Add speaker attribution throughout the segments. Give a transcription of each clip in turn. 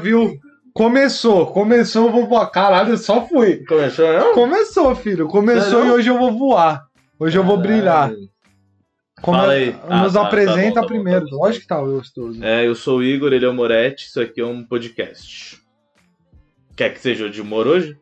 Speaker 1: viu? Começou, começou, eu vou voar. Caralho, eu só fui.
Speaker 2: Começou, não?
Speaker 1: Começou, filho. Começou
Speaker 2: Sério?
Speaker 1: e hoje eu vou voar. Hoje eu vou brilhar. Como
Speaker 2: Fala
Speaker 1: eu-
Speaker 2: aí. Ah,
Speaker 1: Nos
Speaker 2: tá, tá
Speaker 1: apresenta
Speaker 2: bom, tá bom,
Speaker 1: primeiro.
Speaker 2: tá bom.
Speaker 1: Lógico que tá o Eustoso.
Speaker 2: É, eu sou o Igor, ele é o Moretti, isso aqui é um podcast. Quer que seja de humor hoje?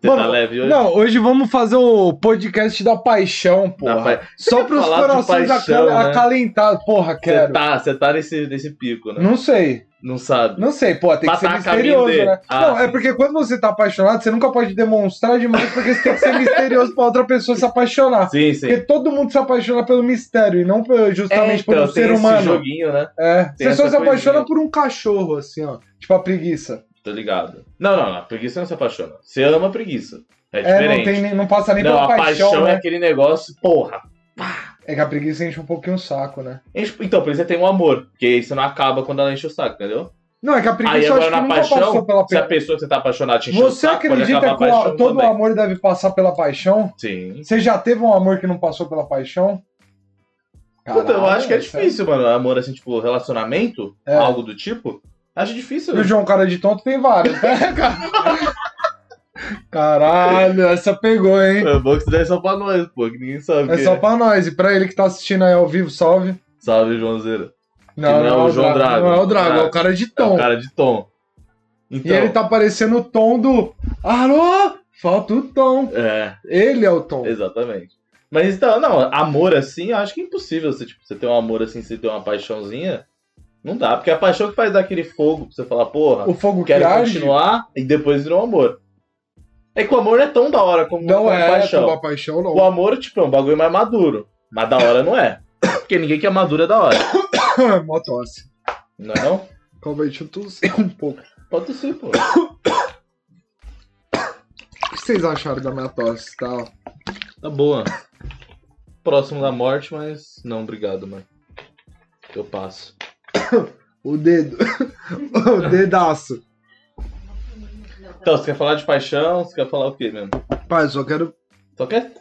Speaker 2: Você
Speaker 1: Mano,
Speaker 2: tá leve hoje?
Speaker 1: Não, hoje vamos fazer o podcast da paixão, porra.
Speaker 2: Da pa-
Speaker 1: Só
Speaker 2: quer
Speaker 1: pros
Speaker 2: falar de
Speaker 1: corações
Speaker 2: paixão,
Speaker 1: acal-
Speaker 2: né?
Speaker 1: acalentados. Porra,
Speaker 2: Você
Speaker 1: quero.
Speaker 2: tá, você tá nesse, nesse pico, né?
Speaker 1: Não sei.
Speaker 2: Não, sabe.
Speaker 1: Não sei, pô, tem que
Speaker 2: Mas
Speaker 1: ser
Speaker 2: tá a caminho
Speaker 1: misterioso,
Speaker 2: dele.
Speaker 1: né?
Speaker 2: Ah,
Speaker 1: não, é
Speaker 2: sim.
Speaker 1: porque quando você tá apaixonado, você nunca pode demonstrar demais, porque você tem que ser misterioso pra outra pessoa se apaixonar.
Speaker 2: Sim, sim.
Speaker 1: Porque todo mundo se apaixona pelo mistério e não pelo- justamente por
Speaker 2: então,
Speaker 1: um
Speaker 2: tem
Speaker 1: ser
Speaker 2: esse
Speaker 1: humano.
Speaker 2: joguinho, né?
Speaker 1: É.
Speaker 2: tem
Speaker 1: Você só
Speaker 2: essa
Speaker 1: se apaixona
Speaker 2: coisinha.
Speaker 1: por um cachorro, assim, ó. Tipo a preguiça.
Speaker 2: Tô ligado. Não, não, não. A preguiça não se apaixona. Você ama a preguiça. É
Speaker 1: É,
Speaker 2: diferente.
Speaker 1: não, tem, nem- não passa nem
Speaker 2: Não,
Speaker 1: pela
Speaker 2: a
Speaker 1: paixão,
Speaker 2: paixão, é
Speaker 1: né?
Speaker 2: aquele negócio, porra.
Speaker 1: É... que a preguiça enche um pouquinho o saco, né?
Speaker 2: Enche- Então, por isso tem um amor, porque isso não acaba quando ela enche o saco, entendeu?
Speaker 1: Não, é que a
Speaker 2: Aí
Speaker 1: preguiça eu acho
Speaker 2: agora
Speaker 1: que
Speaker 2: na
Speaker 1: nunca passou
Speaker 2: paixão,
Speaker 1: pela
Speaker 2: se a
Speaker 1: preguiça.
Speaker 2: pessoa que você tá apaixonada te enche o
Speaker 1: Você
Speaker 2: saco, pode
Speaker 1: acredita
Speaker 2: acabar
Speaker 1: que
Speaker 2: a
Speaker 1: o-
Speaker 2: paixão
Speaker 1: todo
Speaker 2: também.
Speaker 1: amor deve passar pela paixão?
Speaker 2: Sim.
Speaker 1: Você já teve um amor que não passou pela paixão?
Speaker 2: Puta, eu acho que é
Speaker 1: Caralho,
Speaker 2: difícil, mano. Amor, assim, tipo, relacionamento,
Speaker 1: É.
Speaker 2: algo do tipo. Acho difícil.
Speaker 1: E o João Cara de Tonto tem vários. né, cara? Caralho, essa pegou, hein?
Speaker 2: É bom que isso daí é só pra nós, pô, que ninguém sabe.
Speaker 1: É
Speaker 2: quem
Speaker 1: só pra nós. E pra ele que tá assistindo aí ao vivo, salve.
Speaker 2: Salve, Joãozeira.
Speaker 1: Não,
Speaker 2: não é o João Drago.
Speaker 1: Não é o Drago, é o
Speaker 2: Drago.
Speaker 1: cara de
Speaker 2: É
Speaker 1: Tom.
Speaker 2: o cara de tom.
Speaker 1: E
Speaker 2: Então,
Speaker 1: ele tá parecendo o Tom do... Alô? Falta o Tom.
Speaker 2: é,
Speaker 1: Ele é o Tom.
Speaker 2: Exatamente. Mas então, não, amor assim, eu acho que é impossível. Você, tipo, você ter um amor assim, você ter uma paixãozinha, não dá. Porque é a paixão que faz dar aquele fogo pra você falar, porra,
Speaker 1: O fogo que
Speaker 2: quero
Speaker 1: arde
Speaker 2: continuar, e depois virou um amor. É que o amor não é tão da hora como
Speaker 1: não
Speaker 2: como
Speaker 1: é
Speaker 2: paixão.
Speaker 1: tomar paixão, não.
Speaker 2: O amor, tipo, é um bagulho mais maduro. Mas da hora não é. Porque ninguém que é maduro é da hora.
Speaker 1: Mó tosse.
Speaker 2: Não é não?
Speaker 1: Calma aí, deixa eu tossir um pouco.
Speaker 2: Pode tossir, pô. Tá
Speaker 1: O que vocês acharam da minha tosse e tal?
Speaker 2: Tá boa. Próximo da morte, mas. Não, obrigado, mãe. Eu passo.
Speaker 1: O dedo. o dedaço.
Speaker 2: Então, você quer falar de paixão? Você quer falar o quê mesmo?
Speaker 1: Pai, eu só quero
Speaker 2: Só quer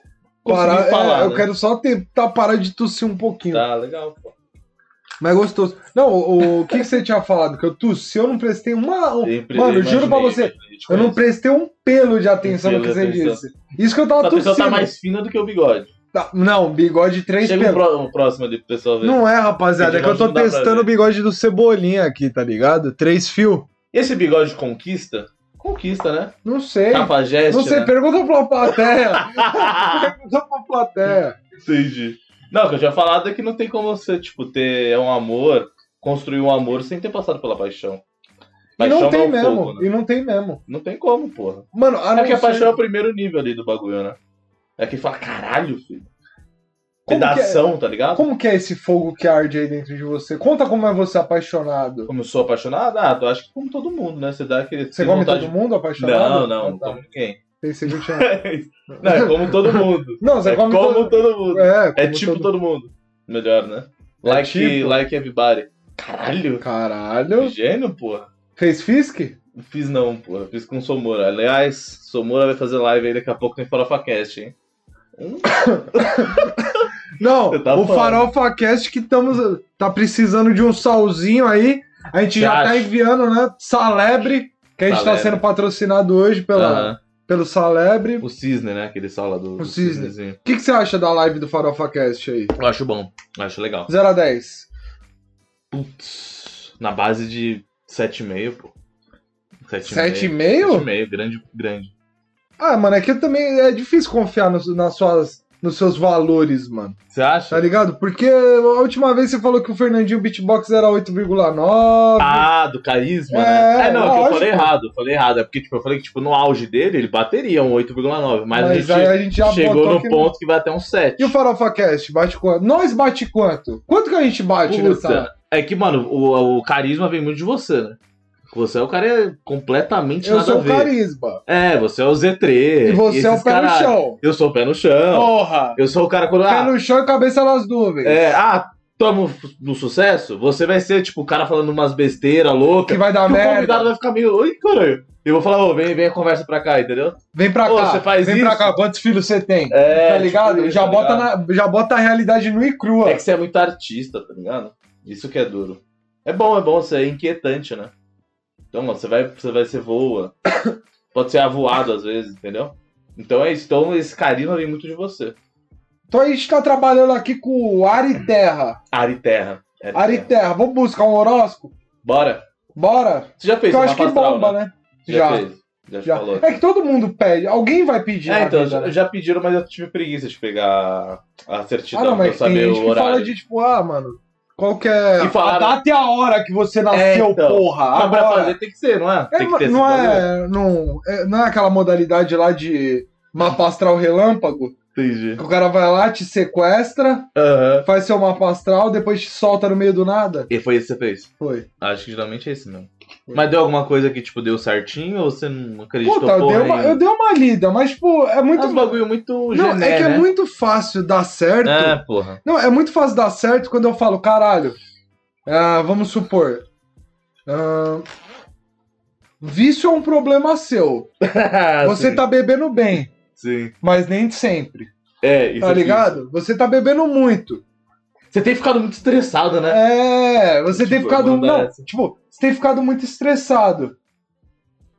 Speaker 2: conseguir
Speaker 1: parar. é,
Speaker 2: falar.
Speaker 1: eu
Speaker 2: né?
Speaker 1: quero só tentar parar de tossir um pouquinho.
Speaker 2: Tá, legal, pô.
Speaker 1: Mas é gostoso. Não, o, o- o que, que você tinha falado? Que eu tossi, eu não prestei uma.
Speaker 2: Eu
Speaker 1: Eu
Speaker 2: empre-
Speaker 1: Mano, juro pra
Speaker 2: imaginei,
Speaker 1: você,
Speaker 2: imaginei, tipo,
Speaker 1: não prestei um pelo de atenção
Speaker 2: Um
Speaker 1: no que
Speaker 2: pelo de
Speaker 1: você
Speaker 2: atenção.
Speaker 1: disse. Isso que eu tava
Speaker 2: Essa pessoa
Speaker 1: tossindo.
Speaker 2: tá mais fina do que o bigode.
Speaker 1: Tá- Não, bigode três
Speaker 2: Chega um,
Speaker 1: pelos.
Speaker 2: pró- um próximo ali pro pessoal ver.
Speaker 1: Não é, rapaziada. É que eu tô
Speaker 2: Não dá pra
Speaker 1: testando
Speaker 2: ver.
Speaker 1: o bigode do Cebolinha aqui, tá ligado? Três fio.
Speaker 2: Esse bigode conquista? Conquista, né?
Speaker 1: Não sei.
Speaker 2: Cafajeste,
Speaker 1: Não sei,
Speaker 2: né?
Speaker 1: pergunta pra plateia.
Speaker 2: Ah,
Speaker 1: pergunta pra plateia.
Speaker 2: Entendi. Não, o que eu tinha falado é que não tem como você, tipo, ter um amor, construir um amor sem ter passado pela paixão.
Speaker 1: E
Speaker 2: Paixão
Speaker 1: não tem
Speaker 2: é um
Speaker 1: mesmo.
Speaker 2: fogo, né?
Speaker 1: E não tem mesmo.
Speaker 2: Não tem como, porra.
Speaker 1: Mano, a
Speaker 2: É que a
Speaker 1: não ser-
Speaker 2: paixão é o primeiro nível ali do bagulho, né? É que fala, caralho, filho.
Speaker 1: Como que é?
Speaker 2: Pedação, tá ligado?
Speaker 1: Como que é esse fogo que arde aí dentro de você? Conta como é você apaixonado.
Speaker 2: Como eu sou apaixonado? Ah, eu acho que como todo mundo, né? Você dá aquele.
Speaker 1: Você
Speaker 2: tem
Speaker 1: come
Speaker 2: vontade
Speaker 1: todo mundo
Speaker 2: de-
Speaker 1: apaixonado?
Speaker 2: Não, não, não
Speaker 1: Ah, tá.
Speaker 2: como ninguém.
Speaker 1: Pensei que eu tinha-
Speaker 2: Não, é como todo mundo.
Speaker 1: Não, você
Speaker 2: é
Speaker 1: come
Speaker 2: como
Speaker 1: todo...
Speaker 2: todo mundo.
Speaker 1: É,
Speaker 2: É
Speaker 1: como
Speaker 2: tipo todo,
Speaker 1: todo...
Speaker 2: mundo. Melhor, né?
Speaker 1: É
Speaker 2: Like,
Speaker 1: tipo?
Speaker 2: like everybody. Caralho,
Speaker 1: Caralho.
Speaker 2: gênio, porra.
Speaker 1: Fez fisque?
Speaker 2: Não fiz não, porra. Fiz com o Somora. Aliás, Somora vai fazer live aí daqui a pouco no FarofaCast, hein?
Speaker 1: Não,
Speaker 2: Você tá
Speaker 1: o
Speaker 2: falando.
Speaker 1: Farofa Cast que estamos... Tá precisando de um salzinho aí. A gente já,
Speaker 2: Já
Speaker 1: tá
Speaker 2: acho.
Speaker 1: enviando, né? Salebre, que a gente tá
Speaker 2: Salebre.
Speaker 1: sendo patrocinado hoje pela,
Speaker 2: Aham.
Speaker 1: pelo Salebre. O
Speaker 2: O Cisne, né? Aquele sala do.
Speaker 1: O
Speaker 2: do
Speaker 1: Cisne.
Speaker 2: Cisnezinho.
Speaker 1: que, que você acha da live do Farofa Cast aí?
Speaker 2: Eu acho bom. Eu acho legal.
Speaker 1: 0 a 10.
Speaker 2: Putz. Na base de 7,5, pô. 7,5.
Speaker 1: 7,5?
Speaker 2: 7,5, grande, grande.
Speaker 1: Ah, mano, é que também é difícil confiar nos, nas suas, nos seus valores, mano.
Speaker 2: Você acha?
Speaker 1: Tá ligado? Porque a última vez você falou que o Fernandinho Beatbox era 8,9.
Speaker 2: Ah, do carisma,
Speaker 1: É,
Speaker 2: né? É, não, que eu
Speaker 1: lógico.
Speaker 2: falei errado, eu falei errado. É porque, tipo, eu falei que, tipo, no auge dele, ele bateria um 8,9, mas,
Speaker 1: mas
Speaker 2: a
Speaker 1: aí
Speaker 2: gente
Speaker 1: a gente já
Speaker 2: chegou
Speaker 1: botou
Speaker 2: no
Speaker 1: que-
Speaker 2: ponto que vai até um 7.
Speaker 1: E o Farofa Cast bate quanto? Nós bate quanto? Quanto que a gente bate nessa?
Speaker 2: Puta, é que, mano, o, o carisma vem muito de você, né? Você é o cara completamente
Speaker 1: Eu
Speaker 2: nada
Speaker 1: sou
Speaker 2: a
Speaker 1: o
Speaker 2: ver.
Speaker 1: carisma.
Speaker 2: É, você é o Z3.
Speaker 1: E você é o
Speaker 2: esses
Speaker 1: pé no
Speaker 2: caralho.
Speaker 1: chão.
Speaker 2: Eu sou o pé no chão.
Speaker 1: Porra!
Speaker 2: Eu sou o cara quando.
Speaker 1: Pé
Speaker 2: Ah,
Speaker 1: no chão e cabeça nas nuvens.
Speaker 2: é, ah, tamo no sucesso? Você vai ser, tipo, o cara falando umas besteiras loucas.
Speaker 1: Que vai dar
Speaker 2: Que o
Speaker 1: merda.
Speaker 2: convidado vai ficar meio, oi, caralho. Eu vou falar, ô, vem, vem, conversa pra cá, entendeu?
Speaker 1: Vem pra cá.
Speaker 2: Ô, você faz
Speaker 1: Vem
Speaker 2: isso?
Speaker 1: pra cá. Quantos filhos você tem?
Speaker 2: É,
Speaker 1: tá ligado?
Speaker 2: tipo isso,
Speaker 1: já,
Speaker 2: tá
Speaker 1: bota
Speaker 2: ligado?
Speaker 1: na- já bota a realidade nua e crua.
Speaker 2: É que você é muito artista, tá ligado? Isso que é duro. É bom, é bom, você é inquietante, né? Então, mano, você vai, você vai ser voa. Pode ser avoado às vezes, entendeu? Então é isso. Então esse carisma vem muito de você.
Speaker 1: Então a gente tá trabalhando aqui com o ar e terra.
Speaker 2: Ar e terra. Ar e
Speaker 1: Ar e
Speaker 2: terra.
Speaker 1: terra, vamos buscar um horóscopo?
Speaker 2: Bora.
Speaker 1: Bora?
Speaker 2: Você já fez
Speaker 1: Porque eu
Speaker 2: o
Speaker 1: acho que
Speaker 2: mapa astral,
Speaker 1: bomba, né?
Speaker 2: Você Já.
Speaker 1: Já,
Speaker 2: fez. Já,
Speaker 1: já.
Speaker 2: falou.
Speaker 1: É que todo mundo pede, alguém vai pedir.
Speaker 2: É,
Speaker 1: na
Speaker 2: então,
Speaker 1: vida,
Speaker 2: já,
Speaker 1: né?
Speaker 2: já pediram, mas eu tive preguiça de pegar a certidão
Speaker 1: Ah, não,
Speaker 2: pra eu
Speaker 1: mas tem
Speaker 2: saber
Speaker 1: gente
Speaker 2: o
Speaker 1: que fala
Speaker 2: horário.
Speaker 1: de tipo, ah, mano, qual que é
Speaker 2: E falaram-
Speaker 1: a data e a hora que você nasceu,
Speaker 2: É, então.
Speaker 1: porra?
Speaker 2: Ah, pra
Speaker 1: agora.
Speaker 2: fazer tem que ser, não é?
Speaker 1: É,
Speaker 2: Tem que ter
Speaker 1: não,
Speaker 2: esse bagulho.
Speaker 1: é, não, é- não é aquela modalidade lá de mapa astral relâmpago,
Speaker 2: Entendi.
Speaker 1: que o cara vai lá, te sequestra,
Speaker 2: Aham.
Speaker 1: faz seu mapa astral, depois te solta no meio do nada?
Speaker 2: E foi isso que você fez?
Speaker 1: Foi.
Speaker 2: Acho que geralmente é isso mesmo.
Speaker 1: Foi.
Speaker 2: Mas deu alguma coisa que, tipo, deu certinho ou você não acreditou?
Speaker 1: Puta, eu
Speaker 2: porra
Speaker 1: dei, uma,
Speaker 2: nenhuma?
Speaker 1: eu dei uma lida, mas, pô, é muito.
Speaker 2: É um bagulho muito
Speaker 1: não,
Speaker 2: gené,
Speaker 1: é que
Speaker 2: né?
Speaker 1: é muito fácil dar certo.
Speaker 2: É, porra.
Speaker 1: Não, é muito fácil dar certo quando eu falo, caralho, ah, vamos supor. ah, vício é um problema seu. Você
Speaker 2: Ah, Sim,
Speaker 1: tá bebendo bem,
Speaker 2: Sim.
Speaker 1: mas nem sempre.
Speaker 2: É, isso
Speaker 1: tá
Speaker 2: aqui.
Speaker 1: ligado? Você tá bebendo muito.
Speaker 2: Você tem ficado muito estressado, né?
Speaker 1: É, você tem
Speaker 2: Tipo,
Speaker 1: ficado.
Speaker 2: manda
Speaker 1: Não,
Speaker 2: essa.
Speaker 1: tipo, você tem ficado muito estressado.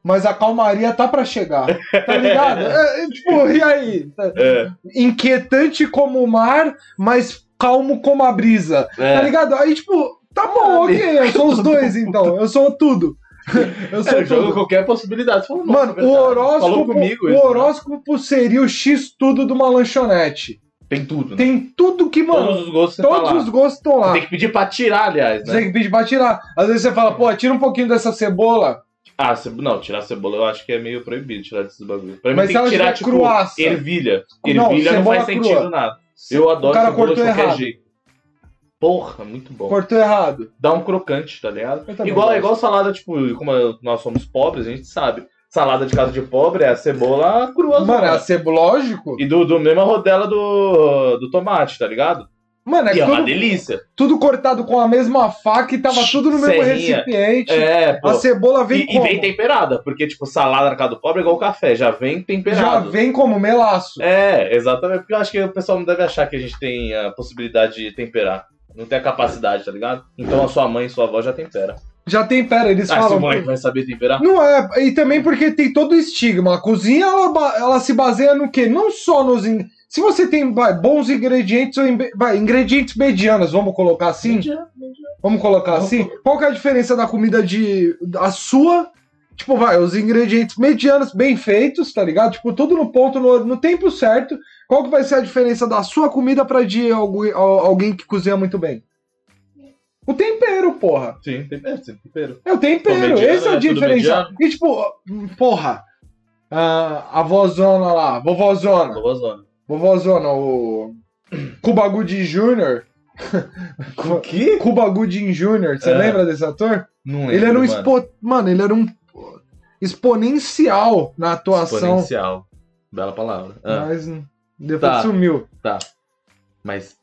Speaker 1: Mas a calmaria tá pra chegar. Tá ligado? É, é, tipo, e aí? Tá-
Speaker 2: É,
Speaker 1: Inquietante como o mar, mas calmo como a brisa. Tá
Speaker 2: é.
Speaker 1: ligado? Aí, tipo, tá bom,
Speaker 2: Sabe?
Speaker 1: ok. Eu sou os dois, então. Eu sou tudo. Eu sou
Speaker 2: Você É, joga
Speaker 1: tá tudo.
Speaker 2: qualquer possibilidade. Você fala, nossa,
Speaker 1: Mano, o
Speaker 2: verdade. Falou
Speaker 1: horóscopo,
Speaker 2: comigo
Speaker 1: o
Speaker 2: isso, né?
Speaker 1: horóscopo seria o X tudo de uma lanchonete.
Speaker 2: Tem tudo, né?
Speaker 1: Tem tudo que, mano,
Speaker 2: todos os gostos você tá
Speaker 1: todos
Speaker 2: lá.
Speaker 1: os gostos estão lá.
Speaker 2: Tem que pedir pra tirar, aliás, né?
Speaker 1: Você tem que pedir pra tirar. Às vezes você fala, pô, tira um pouquinho dessa cebola,
Speaker 2: Ah, ce- não, tirar cebola eu acho que é meio proibido tirar desses bagulho. Pra mim
Speaker 1: Mas se
Speaker 2: tem que
Speaker 1: ela
Speaker 2: tirar,
Speaker 1: tiver
Speaker 2: tipo,
Speaker 1: cruaça.
Speaker 2: ervilha.
Speaker 1: Não,
Speaker 2: Ervilha não,
Speaker 1: cebola
Speaker 2: faz
Speaker 1: crua.
Speaker 2: sentido nada. Eu adoro
Speaker 1: o cara
Speaker 2: cebola de
Speaker 1: cortou
Speaker 2: qualquer
Speaker 1: errado.
Speaker 2: jeito. Porra, muito bom.
Speaker 1: cortou errado.
Speaker 2: Dá um crocante, tá ligado?
Speaker 1: Eu também
Speaker 2: Igual,
Speaker 1: gosto.
Speaker 2: igual salada, tipo, como nós somos pobres, a gente sabe. Salada de casa de pobre é a cebola crua.
Speaker 1: Mano, é a
Speaker 2: zona.
Speaker 1: cebola, lógico.
Speaker 2: E do, do mesmo rodela do, do tomate, tá ligado?
Speaker 1: Mano, é,
Speaker 2: e é uma
Speaker 1: tudo,
Speaker 2: delícia.
Speaker 1: tudo cortado com a mesma faca e tava tudo no mesmo
Speaker 2: Serrinha.
Speaker 1: recipiente.
Speaker 2: É, pô.
Speaker 1: a cebola vem
Speaker 2: E, e
Speaker 1: como?
Speaker 2: vem temperada, porque, tipo, salada na casa do pobre é igual café, já vem
Speaker 1: Já
Speaker 2: temperado.
Speaker 1: vem como melaço.
Speaker 2: É, exatamente. Porque eu acho que o pessoal não deve achar que a gente tem a possibilidade de temperar. Não tem a capacidade, tá ligado? Então a sua mãe e sua avó já tempera.
Speaker 1: Já tempera, eles
Speaker 2: Ah,
Speaker 1: falam.
Speaker 2: sua mãe vai saber temperar?
Speaker 1: Não é, e também porque tem todo o estigma. A cozinha ela, ba- ela se baseia no quê? Não só nos. in- Se você tem vai, bons ingredientes ou imbe- vai, ingredientes medianos, vamos colocar assim? Vamos colocar
Speaker 2: Vamos
Speaker 1: assim? Qual que é a diferença da comida de. a sua? Tipo, vai, os ingredientes medianos bem feitos, tá ligado? Tipo, tudo no ponto, no, no tempo certo. Qual que vai ser a diferença da sua comida pra de algu- al- alguém que cozinha muito bem? O tempero, porra.
Speaker 2: Sim, tempero, sim, tempero.
Speaker 1: É o tempero,
Speaker 2: Mediano,
Speaker 1: esse é
Speaker 2: né?
Speaker 1: o
Speaker 2: Tudo
Speaker 1: diferencial.
Speaker 2: mediano.
Speaker 1: E tipo, porra, a vozona lá, vovózona,
Speaker 2: Vovózona.
Speaker 1: vovózona, o Cuba Gooding Jr.,
Speaker 2: O quê?
Speaker 1: Cuba Gooding Jr., você
Speaker 2: É.
Speaker 1: lembra desse ator?
Speaker 2: Não
Speaker 1: ele era um
Speaker 2: mano.
Speaker 1: expo... Mano, ele era um exponencial na atuação,
Speaker 2: Exponencial. Bela palavra. Ah,
Speaker 1: mas depois
Speaker 2: Tá.
Speaker 1: sumiu.
Speaker 2: Mas,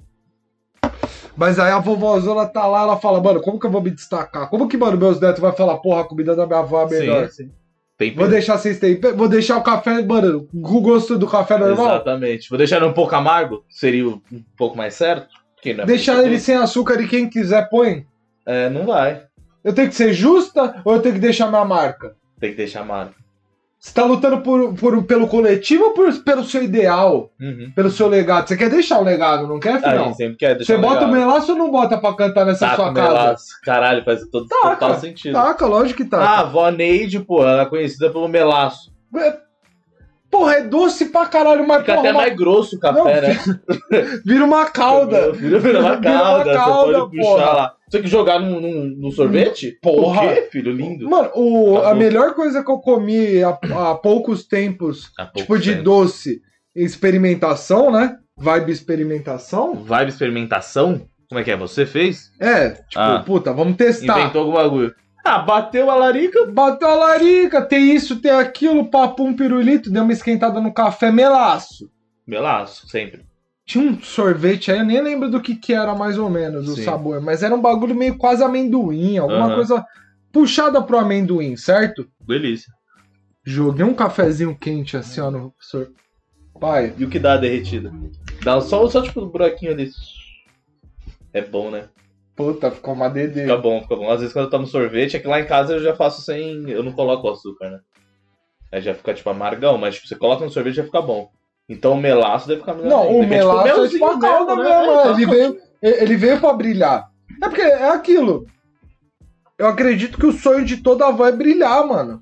Speaker 1: Mas aí a vovózona tá lá, ela fala, mano, como que eu vou me destacar? Como que, mano, meus netos vai falar, porra, a comida da minha avó é melhor?
Speaker 2: sim, sim. Tempero.
Speaker 1: Vou deixar vocês terem. Vou deixar o café, mano, o gosto do café normal.
Speaker 2: Exatamente. Vou deixar ele um pouco amargo, seria um pouco mais certo. porque não é
Speaker 1: Deixar
Speaker 2: muito
Speaker 1: ele
Speaker 2: bom.
Speaker 1: sem açúcar e quem quiser põe.
Speaker 2: É, não vai.
Speaker 1: Eu tenho que ser justa ou eu tenho que deixar minha marca?
Speaker 2: Tem que deixar amargo.
Speaker 1: Você tá lutando por, por- pelo coletivo ou por- pelo seu ideal?
Speaker 2: Uhum.
Speaker 1: Pelo seu legado? Você quer deixar o legado, não quer,
Speaker 2: Ah, a
Speaker 1: filhão?
Speaker 2: gente sempre quer
Speaker 1: Você
Speaker 2: deixar
Speaker 1: bota
Speaker 2: amargado.
Speaker 1: o melaço ou não bota pra cantar nessa
Speaker 2: Taco
Speaker 1: sua casa?
Speaker 2: Melaço. Tá Caralho, faz todo
Speaker 1: Taca,
Speaker 2: total sentido.
Speaker 1: Taca, lógico que
Speaker 2: Ah, a
Speaker 1: tá.
Speaker 2: avó Neide, pô, ela é conhecida pelo melaço.
Speaker 1: É, Porra, é doce pra caralho, mas
Speaker 2: Ah. Fica
Speaker 1: porra,
Speaker 2: até
Speaker 1: uma-
Speaker 2: mais grosso o café,
Speaker 1: Não,
Speaker 2: né?
Speaker 1: vira uma calda.
Speaker 2: Vira, vira uma
Speaker 1: Vira uma
Speaker 2: calda, você
Speaker 1: calda,
Speaker 2: pode puxar
Speaker 1: porra. Hum,
Speaker 2: lá. Você que jogar num, num, num sorvete?
Speaker 1: Porra.
Speaker 2: O quê, filho? Lindo.
Speaker 1: Mano, o-
Speaker 2: Tá
Speaker 1: a
Speaker 2: bom.
Speaker 1: melhor coisa que eu comi há, há poucos tempos,
Speaker 2: Há Tá pouco
Speaker 1: tipo de
Speaker 2: tempo.
Speaker 1: doce, experimentação, né? Vibe experimentação.
Speaker 2: Vibe experimentação? Como é que é? Você fez?
Speaker 1: É, tipo,
Speaker 2: Ah.
Speaker 1: puta, vamos testar.
Speaker 2: Inventou algum bagulho. Ah, bateu a larica?
Speaker 1: Bateu a larica, tem isso, tem aquilo, papum, pirulito, deu uma esquentada no café, melaço.
Speaker 2: Melaço, sempre.
Speaker 1: Tinha um sorvete aí, eu nem lembro do que que era mais ou menos o
Speaker 2: Sim.
Speaker 1: sabor, mas era um bagulho meio quase amendoim, alguma
Speaker 2: Aham.
Speaker 1: coisa puxada pro amendoim, certo?
Speaker 2: Delícia.
Speaker 1: Joguei um cafezinho quente assim, ó, no sor... Pai,
Speaker 2: E o que dá a derretida? Dá só, só tipo um buraquinho ali. É bom, né?
Speaker 1: Puta, ficou uma DD.
Speaker 2: Fica bom, fica bom. Às vezes quando eu tomo sorvete, é que lá em casa eu já faço sem. Eu não coloco açúcar, né? Aí já fica tipo amargão, mas tipo, você coloca no sorvete já fica bom. Então o melaço deve ficar melhor.
Speaker 1: Não,
Speaker 2: ainda,
Speaker 1: o
Speaker 2: que é, tipo,
Speaker 1: melaço é
Speaker 2: melzinho
Speaker 1: espadada
Speaker 2: mesmo,
Speaker 1: mesmo.
Speaker 2: É,
Speaker 1: Ele
Speaker 2: então,
Speaker 1: veio, ele veio pra brilhar. É porque é aquilo. Eu acredito que o sonho de toda avó é brilhar, mano.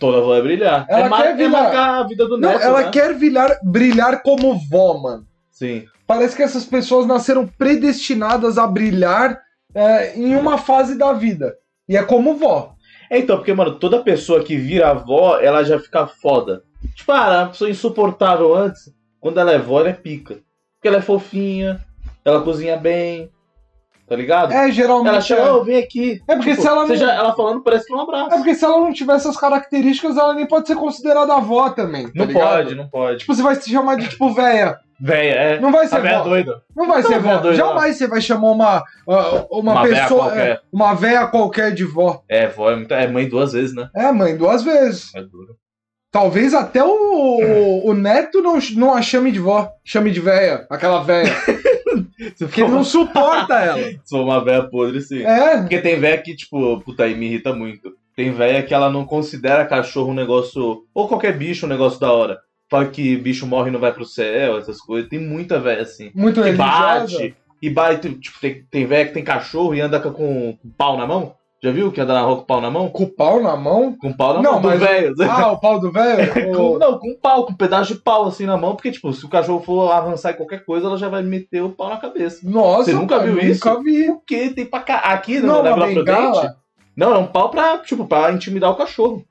Speaker 2: Toda vai brilhar.
Speaker 1: Ela
Speaker 2: é, mar-
Speaker 1: quer
Speaker 2: é
Speaker 1: virar-
Speaker 2: marcar a vida do
Speaker 1: Não,
Speaker 2: neto,
Speaker 1: ela
Speaker 2: né?
Speaker 1: quer brilhar, brilhar como vó, mano.
Speaker 2: Sim.
Speaker 1: Parece que essas pessoas nasceram predestinadas a brilhar é, em uma fase da vida. E é como vó.
Speaker 2: É, então, porque, mano, toda pessoa que vira avó, ela já fica foda. Tipo, ah, ela é uma pessoa insuportável antes, quando ela é vó, ela é pica. Porque ela é fofinha, ela cozinha bem, tá ligado?
Speaker 1: É, geralmente.
Speaker 2: ela chama,
Speaker 1: é.
Speaker 2: "Ô, vem aqui.
Speaker 1: É porque
Speaker 2: Tipo,
Speaker 1: se ela não-
Speaker 2: você já- ela falando parece que é um abraço.
Speaker 1: É porque se ela não tiver essas características, ela nem pode ser considerada avó também. tá
Speaker 2: Não
Speaker 1: ligado?
Speaker 2: pode, não pode.
Speaker 1: Tipo, você vai se chamar de tipo véia.
Speaker 2: Véia, é.
Speaker 1: Não vai
Speaker 2: Essa
Speaker 1: ser
Speaker 2: véia é
Speaker 1: vó.
Speaker 2: doida.
Speaker 1: Não vai
Speaker 2: Não,
Speaker 1: ser
Speaker 2: véia
Speaker 1: vó.
Speaker 2: doida.
Speaker 1: Então, Jamais você vai chamar uma, ah, uma,
Speaker 2: Uma véia
Speaker 1: pessoa.
Speaker 2: qualquer.
Speaker 1: é, uma véia qualquer de vó.
Speaker 2: É, vó é, muito- é mãe duas vezes, né?
Speaker 1: É, mãe, duas vezes.
Speaker 2: É duro.
Speaker 1: Talvez até o, o neto não, não a chame de vó. Chame de véia. Aquela véia.
Speaker 2: Se
Speaker 1: Porque
Speaker 2: for,
Speaker 1: ele não suporta ela.
Speaker 2: se for uma véia podre, sim.
Speaker 1: É,
Speaker 2: Porque tem véia que, tipo, puta, aí me irrita muito. Tem véia que ela não considera cachorro um negócio. Ou qualquer bicho um negócio da hora. Fala que bicho morre e não vai pro céu, essas coisas. Tem muita véia assim.
Speaker 1: muito
Speaker 2: Que
Speaker 1: é religiosa.
Speaker 2: bate. E bate. Tipo, tem, tem véia que tem cachorro e anda com, com pau na mão. Já viu que anda na rua com pau na mão?
Speaker 1: Com o pau na mão?
Speaker 2: Com pau na
Speaker 1: Não,
Speaker 2: mão do
Speaker 1: mas-
Speaker 2: véio.
Speaker 1: Ah, o pau do
Speaker 2: É, com-
Speaker 1: velho?
Speaker 2: não, com um pau, com um pedaço de pau assim na mão, porque, tipo, se o cachorro for avançar em qualquer coisa, ela já vai meter o pau na cabeça.
Speaker 1: Nossa,
Speaker 2: Você nunca
Speaker 1: cara,
Speaker 2: viu isso?
Speaker 1: Nunca vi.
Speaker 2: Porque tem pra cá. Aqui
Speaker 1: Não,
Speaker 2: na na
Speaker 1: uma
Speaker 2: Vila Prudente.
Speaker 1: bengala,
Speaker 2: Não, é um pau pra, tipo, pra intimidar o cachorro.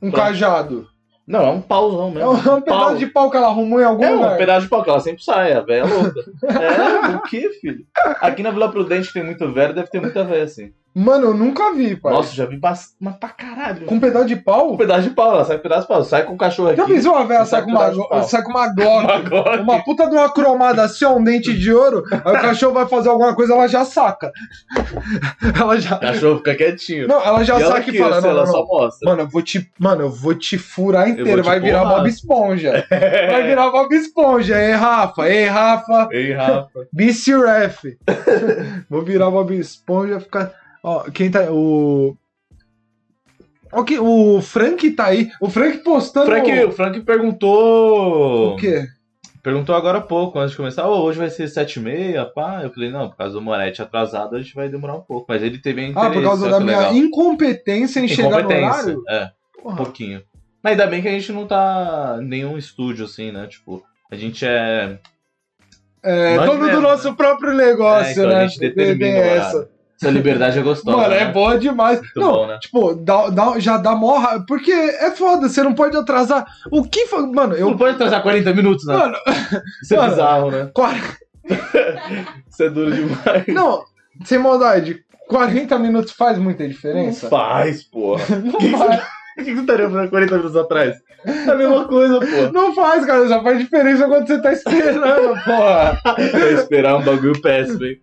Speaker 1: um
Speaker 2: Pronto.
Speaker 1: cajado.
Speaker 2: Não, é um pauzão
Speaker 1: É
Speaker 2: mesmo.
Speaker 1: um, pedaço
Speaker 2: pau.
Speaker 1: de pau que ela arrumou em algum
Speaker 2: É um
Speaker 1: lugar.
Speaker 2: pedaço de pau que ela sempre sai, a véia é louca. é, o que, filho? Aqui na Vila Prudente tem muito velho, deve ter muita véia assim.
Speaker 1: Mano, eu nunca vi, pai.
Speaker 2: Nossa, já vi bastante, mas pra caralho.
Speaker 1: Com um pedaço de
Speaker 2: Um
Speaker 1: pau?
Speaker 2: pedaço de pau, ela sai com um pedaço de pau, sai com o cachorro aqui.
Speaker 1: Já pensou uma velha sai
Speaker 2: Um
Speaker 1: com uma,
Speaker 2: pedaço de pau.
Speaker 1: sai com uma glock,
Speaker 2: Agora.
Speaker 1: uma puta de uma cromada assim, ó, um dente de ouro, aí o cachorro vai fazer alguma coisa, ela já saca. Ela já...
Speaker 2: O cachorro fica quietinho.
Speaker 1: Não, ela já
Speaker 2: E ela
Speaker 1: saca e
Speaker 2: aqui,
Speaker 1: fala,
Speaker 2: assim,
Speaker 1: não,
Speaker 2: ela
Speaker 1: não, não.
Speaker 2: só mostra.
Speaker 1: Mano, eu vou te, mano, eu vou te furar inteiro.
Speaker 2: vou te
Speaker 1: Vai virar
Speaker 2: porrar. É.
Speaker 1: Bob Esponja. Vai virar Bob Esponja. Ei, Rafa. Ei, Rafa.
Speaker 2: Ei, Rafa.
Speaker 1: BC Ref. vou virar Bob Esponja. Ficar. Ó, quem tá. O. Ok, o Frank tá aí. O Frank postando.
Speaker 2: Frank, o Frank perguntou.
Speaker 1: O quê?
Speaker 2: Perguntou agora há pouco, antes de começar. "Ô, hoje vai ser 7h30, pá. Eu falei, não, por causa do Moretti atrasado, a gente vai demorar um pouco. Mas ele teve interesse.
Speaker 1: Ah, por causa
Speaker 2: olha
Speaker 1: da
Speaker 2: que
Speaker 1: minha
Speaker 2: é legal.
Speaker 1: incompetência em chegar no
Speaker 2: Incompetência,
Speaker 1: horário?
Speaker 2: É, um
Speaker 1: Porra.
Speaker 2: pouquinho. Mas ainda bem que a gente não tá em nenhum estúdio, assim, né? Tipo, a gente é.
Speaker 1: É,
Speaker 2: Nós
Speaker 1: dono
Speaker 2: mesmo,
Speaker 1: do nosso próprio negócio,
Speaker 2: é, então
Speaker 1: né?
Speaker 2: a gente determina o
Speaker 1: Tem
Speaker 2: horário.
Speaker 1: essa.
Speaker 2: Essa. liberdade é gostosa.
Speaker 1: Mano,
Speaker 2: né?
Speaker 1: é boa demais.
Speaker 2: Muito
Speaker 1: não,
Speaker 2: bom, né?
Speaker 1: tipo, dá, dá- já dá mó ra- Porque é foda, você não pode atrasar. O que. fa- Mano,
Speaker 2: Eu...
Speaker 1: eu.
Speaker 2: Não pode atrasar 40 minutos, né?
Speaker 1: Mano,
Speaker 2: Isso é
Speaker 1: mano.
Speaker 2: bizarro, né?
Speaker 1: quar-
Speaker 2: Isso é duro demais.
Speaker 1: Não, sem maldade, 40 minutos faz muita diferença.
Speaker 2: Faz, porra.
Speaker 1: Não
Speaker 2: Que que
Speaker 1: faz,
Speaker 2: O que que você
Speaker 1: tá
Speaker 2: estaria fazendo 40 minutos atrás? É a mesma coisa, pô.
Speaker 1: não faz, cara, já faz diferença quando você tá esperando, porra.
Speaker 2: Eu esperar um bagulho péssimo, hein?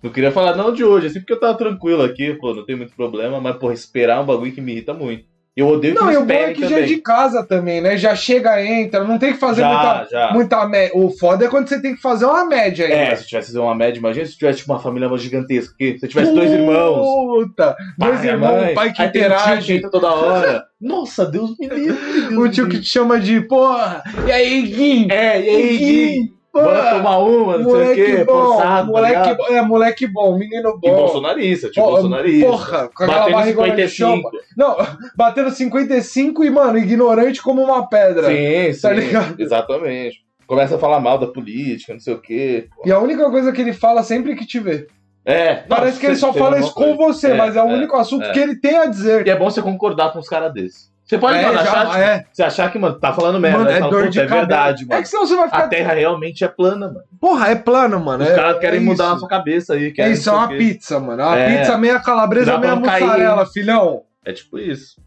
Speaker 2: Não queria falar não de hoje, assim, porque eu tava tranquilo aqui, pô, não tem muito problema, mas, porra, esperar é um bagulho que me irrita muito. Eu odeio que
Speaker 1: Não,
Speaker 2: me
Speaker 1: e o bom é
Speaker 2: esperem
Speaker 1: que já é
Speaker 2: também.
Speaker 1: de casa também, né? Já chega, entra, não tem que fazer
Speaker 2: já,
Speaker 1: muita.
Speaker 2: já.
Speaker 1: Muita média. O foda é quando você tem que fazer uma média né? ainda.
Speaker 2: É, se tivesse que fazer uma média, imagina se tivesse tipo, uma família mais gigantesca, porque se eu tivesse dois irmãos,
Speaker 1: Puta! Uh, Dois
Speaker 2: pai, a
Speaker 1: irmãos,
Speaker 2: mãe,
Speaker 1: pai que
Speaker 2: aí tem um tio que
Speaker 1: interage.
Speaker 2: entra toda hora. Nossa, Deus me livre. Deus
Speaker 1: O
Speaker 2: me
Speaker 1: tio que
Speaker 2: livre.
Speaker 1: te chama de, porra, e aí, Gui?
Speaker 2: É, e aí, Gui? Bora
Speaker 1: Porra,
Speaker 2: tomar uma, não
Speaker 1: moleque
Speaker 2: sei o quê,
Speaker 1: bom,
Speaker 2: forçado, tá
Speaker 1: moleque
Speaker 2: ligado?
Speaker 1: bom, é, moleque bom, menino
Speaker 2: E
Speaker 1: bom.
Speaker 2: bolsonarista, tipo
Speaker 1: Ó,
Speaker 2: bolsonarista.
Speaker 1: Porra, com aquela
Speaker 2: Batendo
Speaker 1: barrigona de chão.
Speaker 2: 55.
Speaker 1: Não, batendo 55 e, mano, ignorante como uma pedra.
Speaker 2: Sim, sim.
Speaker 1: Tá ligado?
Speaker 2: Exatamente. Começa a falar mal da política, não sei o quê. pô.
Speaker 1: E a única coisa que ele fala sempre que te vê.
Speaker 2: É.
Speaker 1: Parece
Speaker 2: não,
Speaker 1: que ele
Speaker 2: você
Speaker 1: só
Speaker 2: tem
Speaker 1: fala
Speaker 2: alguma
Speaker 1: isso com
Speaker 2: coisa.
Speaker 1: você,
Speaker 2: É,
Speaker 1: mas é o
Speaker 2: é,
Speaker 1: único assunto
Speaker 2: é.
Speaker 1: que ele tem a dizer.
Speaker 2: E é bom você concordar com uns caras desses. Você pode,
Speaker 1: é,
Speaker 2: mano, achar,
Speaker 1: já, é.
Speaker 2: você achar que, mano, tá falando merda.
Speaker 1: Mano,
Speaker 2: Mano,
Speaker 1: é dor de
Speaker 2: é
Speaker 1: cabeça.
Speaker 2: verdade,
Speaker 1: É
Speaker 2: mano.
Speaker 1: que senão você vai ficar.
Speaker 2: A Terra realmente é plana, mano.
Speaker 1: Porra, é plano, mano.
Speaker 2: Os
Speaker 1: é,
Speaker 2: caras querem
Speaker 1: é
Speaker 2: mudar a
Speaker 1: isso.
Speaker 2: nossa cabeça aí.
Speaker 1: É
Speaker 2: querem
Speaker 1: isso, é
Speaker 2: não
Speaker 1: uma
Speaker 2: sei o quê.
Speaker 1: pizza, mano. É Uma
Speaker 2: É.
Speaker 1: pizza meia calabresa,
Speaker 2: Dá pra
Speaker 1: meia
Speaker 2: não cair,
Speaker 1: mussarela, filhão.
Speaker 2: É tipo isso.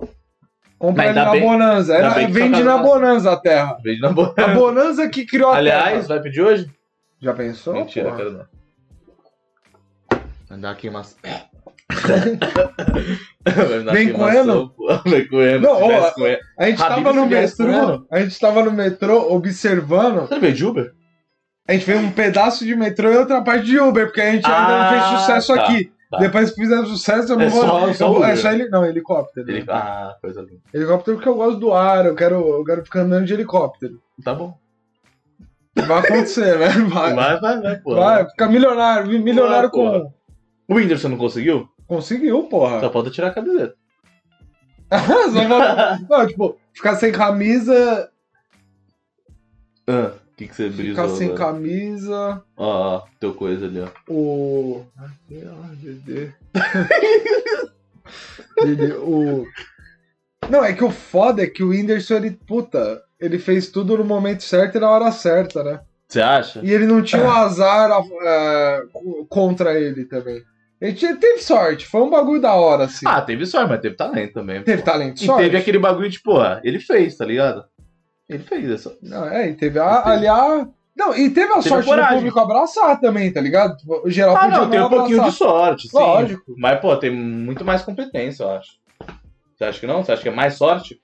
Speaker 1: Compra ele
Speaker 2: ainda
Speaker 1: na
Speaker 2: bem-
Speaker 1: Bonanza.
Speaker 2: ainda
Speaker 1: Era-
Speaker 2: bem que só
Speaker 1: vende
Speaker 2: tá
Speaker 1: na
Speaker 2: na-
Speaker 1: Bonanza a terra.
Speaker 2: Beijo na boca.
Speaker 1: A Bonanza que criou a terra. Então,
Speaker 2: Aliás, vai pedir hoje?
Speaker 1: Já pensou?
Speaker 2: Mentira,
Speaker 1: porra?
Speaker 2: quero não. Vai me dar aqui umas.
Speaker 1: Vem coendo?
Speaker 2: Vem coendo.
Speaker 1: Não,
Speaker 2: se
Speaker 1: ó,
Speaker 2: tivesse coendo.
Speaker 1: A gente
Speaker 2: Rabino
Speaker 1: tava no
Speaker 2: se viesse
Speaker 1: metrô,
Speaker 2: comendo.
Speaker 1: a gente tava no metrô observando.
Speaker 2: Você não veio de Uber?
Speaker 1: A gente fez um pedaço de metrô e outra parte de Uber, porque a gente ainda não
Speaker 2: Ah,
Speaker 1: fez sucesso
Speaker 2: tá,
Speaker 1: aqui.
Speaker 2: tá.
Speaker 1: Depois que fizer sucesso, eu
Speaker 2: É
Speaker 1: não vou.
Speaker 2: só-
Speaker 1: eu
Speaker 2: só
Speaker 1: vou-
Speaker 2: Uber.
Speaker 1: é só ele, não, helicóptero.
Speaker 2: Ele- Ah, coisa linda.
Speaker 1: Helicóptero porque eu gosto do ar, eu quero, eu quero ficar andando de helicóptero.
Speaker 2: Tá bom.
Speaker 1: Vai acontecer, né? Vai.
Speaker 2: Vai, vai, vai, pô.
Speaker 1: Vai, ficar milionário, mi- milionário
Speaker 2: Vai, porra. Tá.
Speaker 1: com.
Speaker 2: O Whindersson não conseguiu?
Speaker 1: Conseguiu, porra.
Speaker 2: Só falta tirar a camiseta.
Speaker 1: Só pra- não, tipo, ficar sem camisa,
Speaker 2: Ah, O que, que você brisou?
Speaker 1: ficar sem
Speaker 2: agora?
Speaker 1: camisa,
Speaker 2: Ó, ó, teu coisa ali, ó.
Speaker 1: o. Ai, meu Deus, Ele, o... Não, é que o foda é que o Whindersson, ele, puta, ele fez tudo no momento certo e na hora certa, né?
Speaker 2: Você acha?
Speaker 1: E ele não tinha
Speaker 2: É.
Speaker 1: um azar ah, co- contra ele também. Ele tinha- teve sorte, foi um bagulho da hora, assim.
Speaker 2: Ah, teve sorte, mas teve talento também.
Speaker 1: teve
Speaker 2: pô.
Speaker 1: talento,
Speaker 2: E
Speaker 1: sorte.
Speaker 2: teve aquele bagulho de, porra, ele fez, tá ligado? Ele fez essa.
Speaker 1: Não, é, e teve a, ali a. Não, e teve a
Speaker 2: Teve
Speaker 1: sorte do
Speaker 2: coragem.
Speaker 1: público abraçar também, tá ligado? O geral
Speaker 2: Ah,
Speaker 1: podia
Speaker 2: não, tem um
Speaker 1: abraçar.
Speaker 2: pouquinho de sorte, sim.
Speaker 1: Lógico.
Speaker 2: Mas, pô, tem muito mais competência, eu acho. Você acha que não? Você acha que é mais sorte?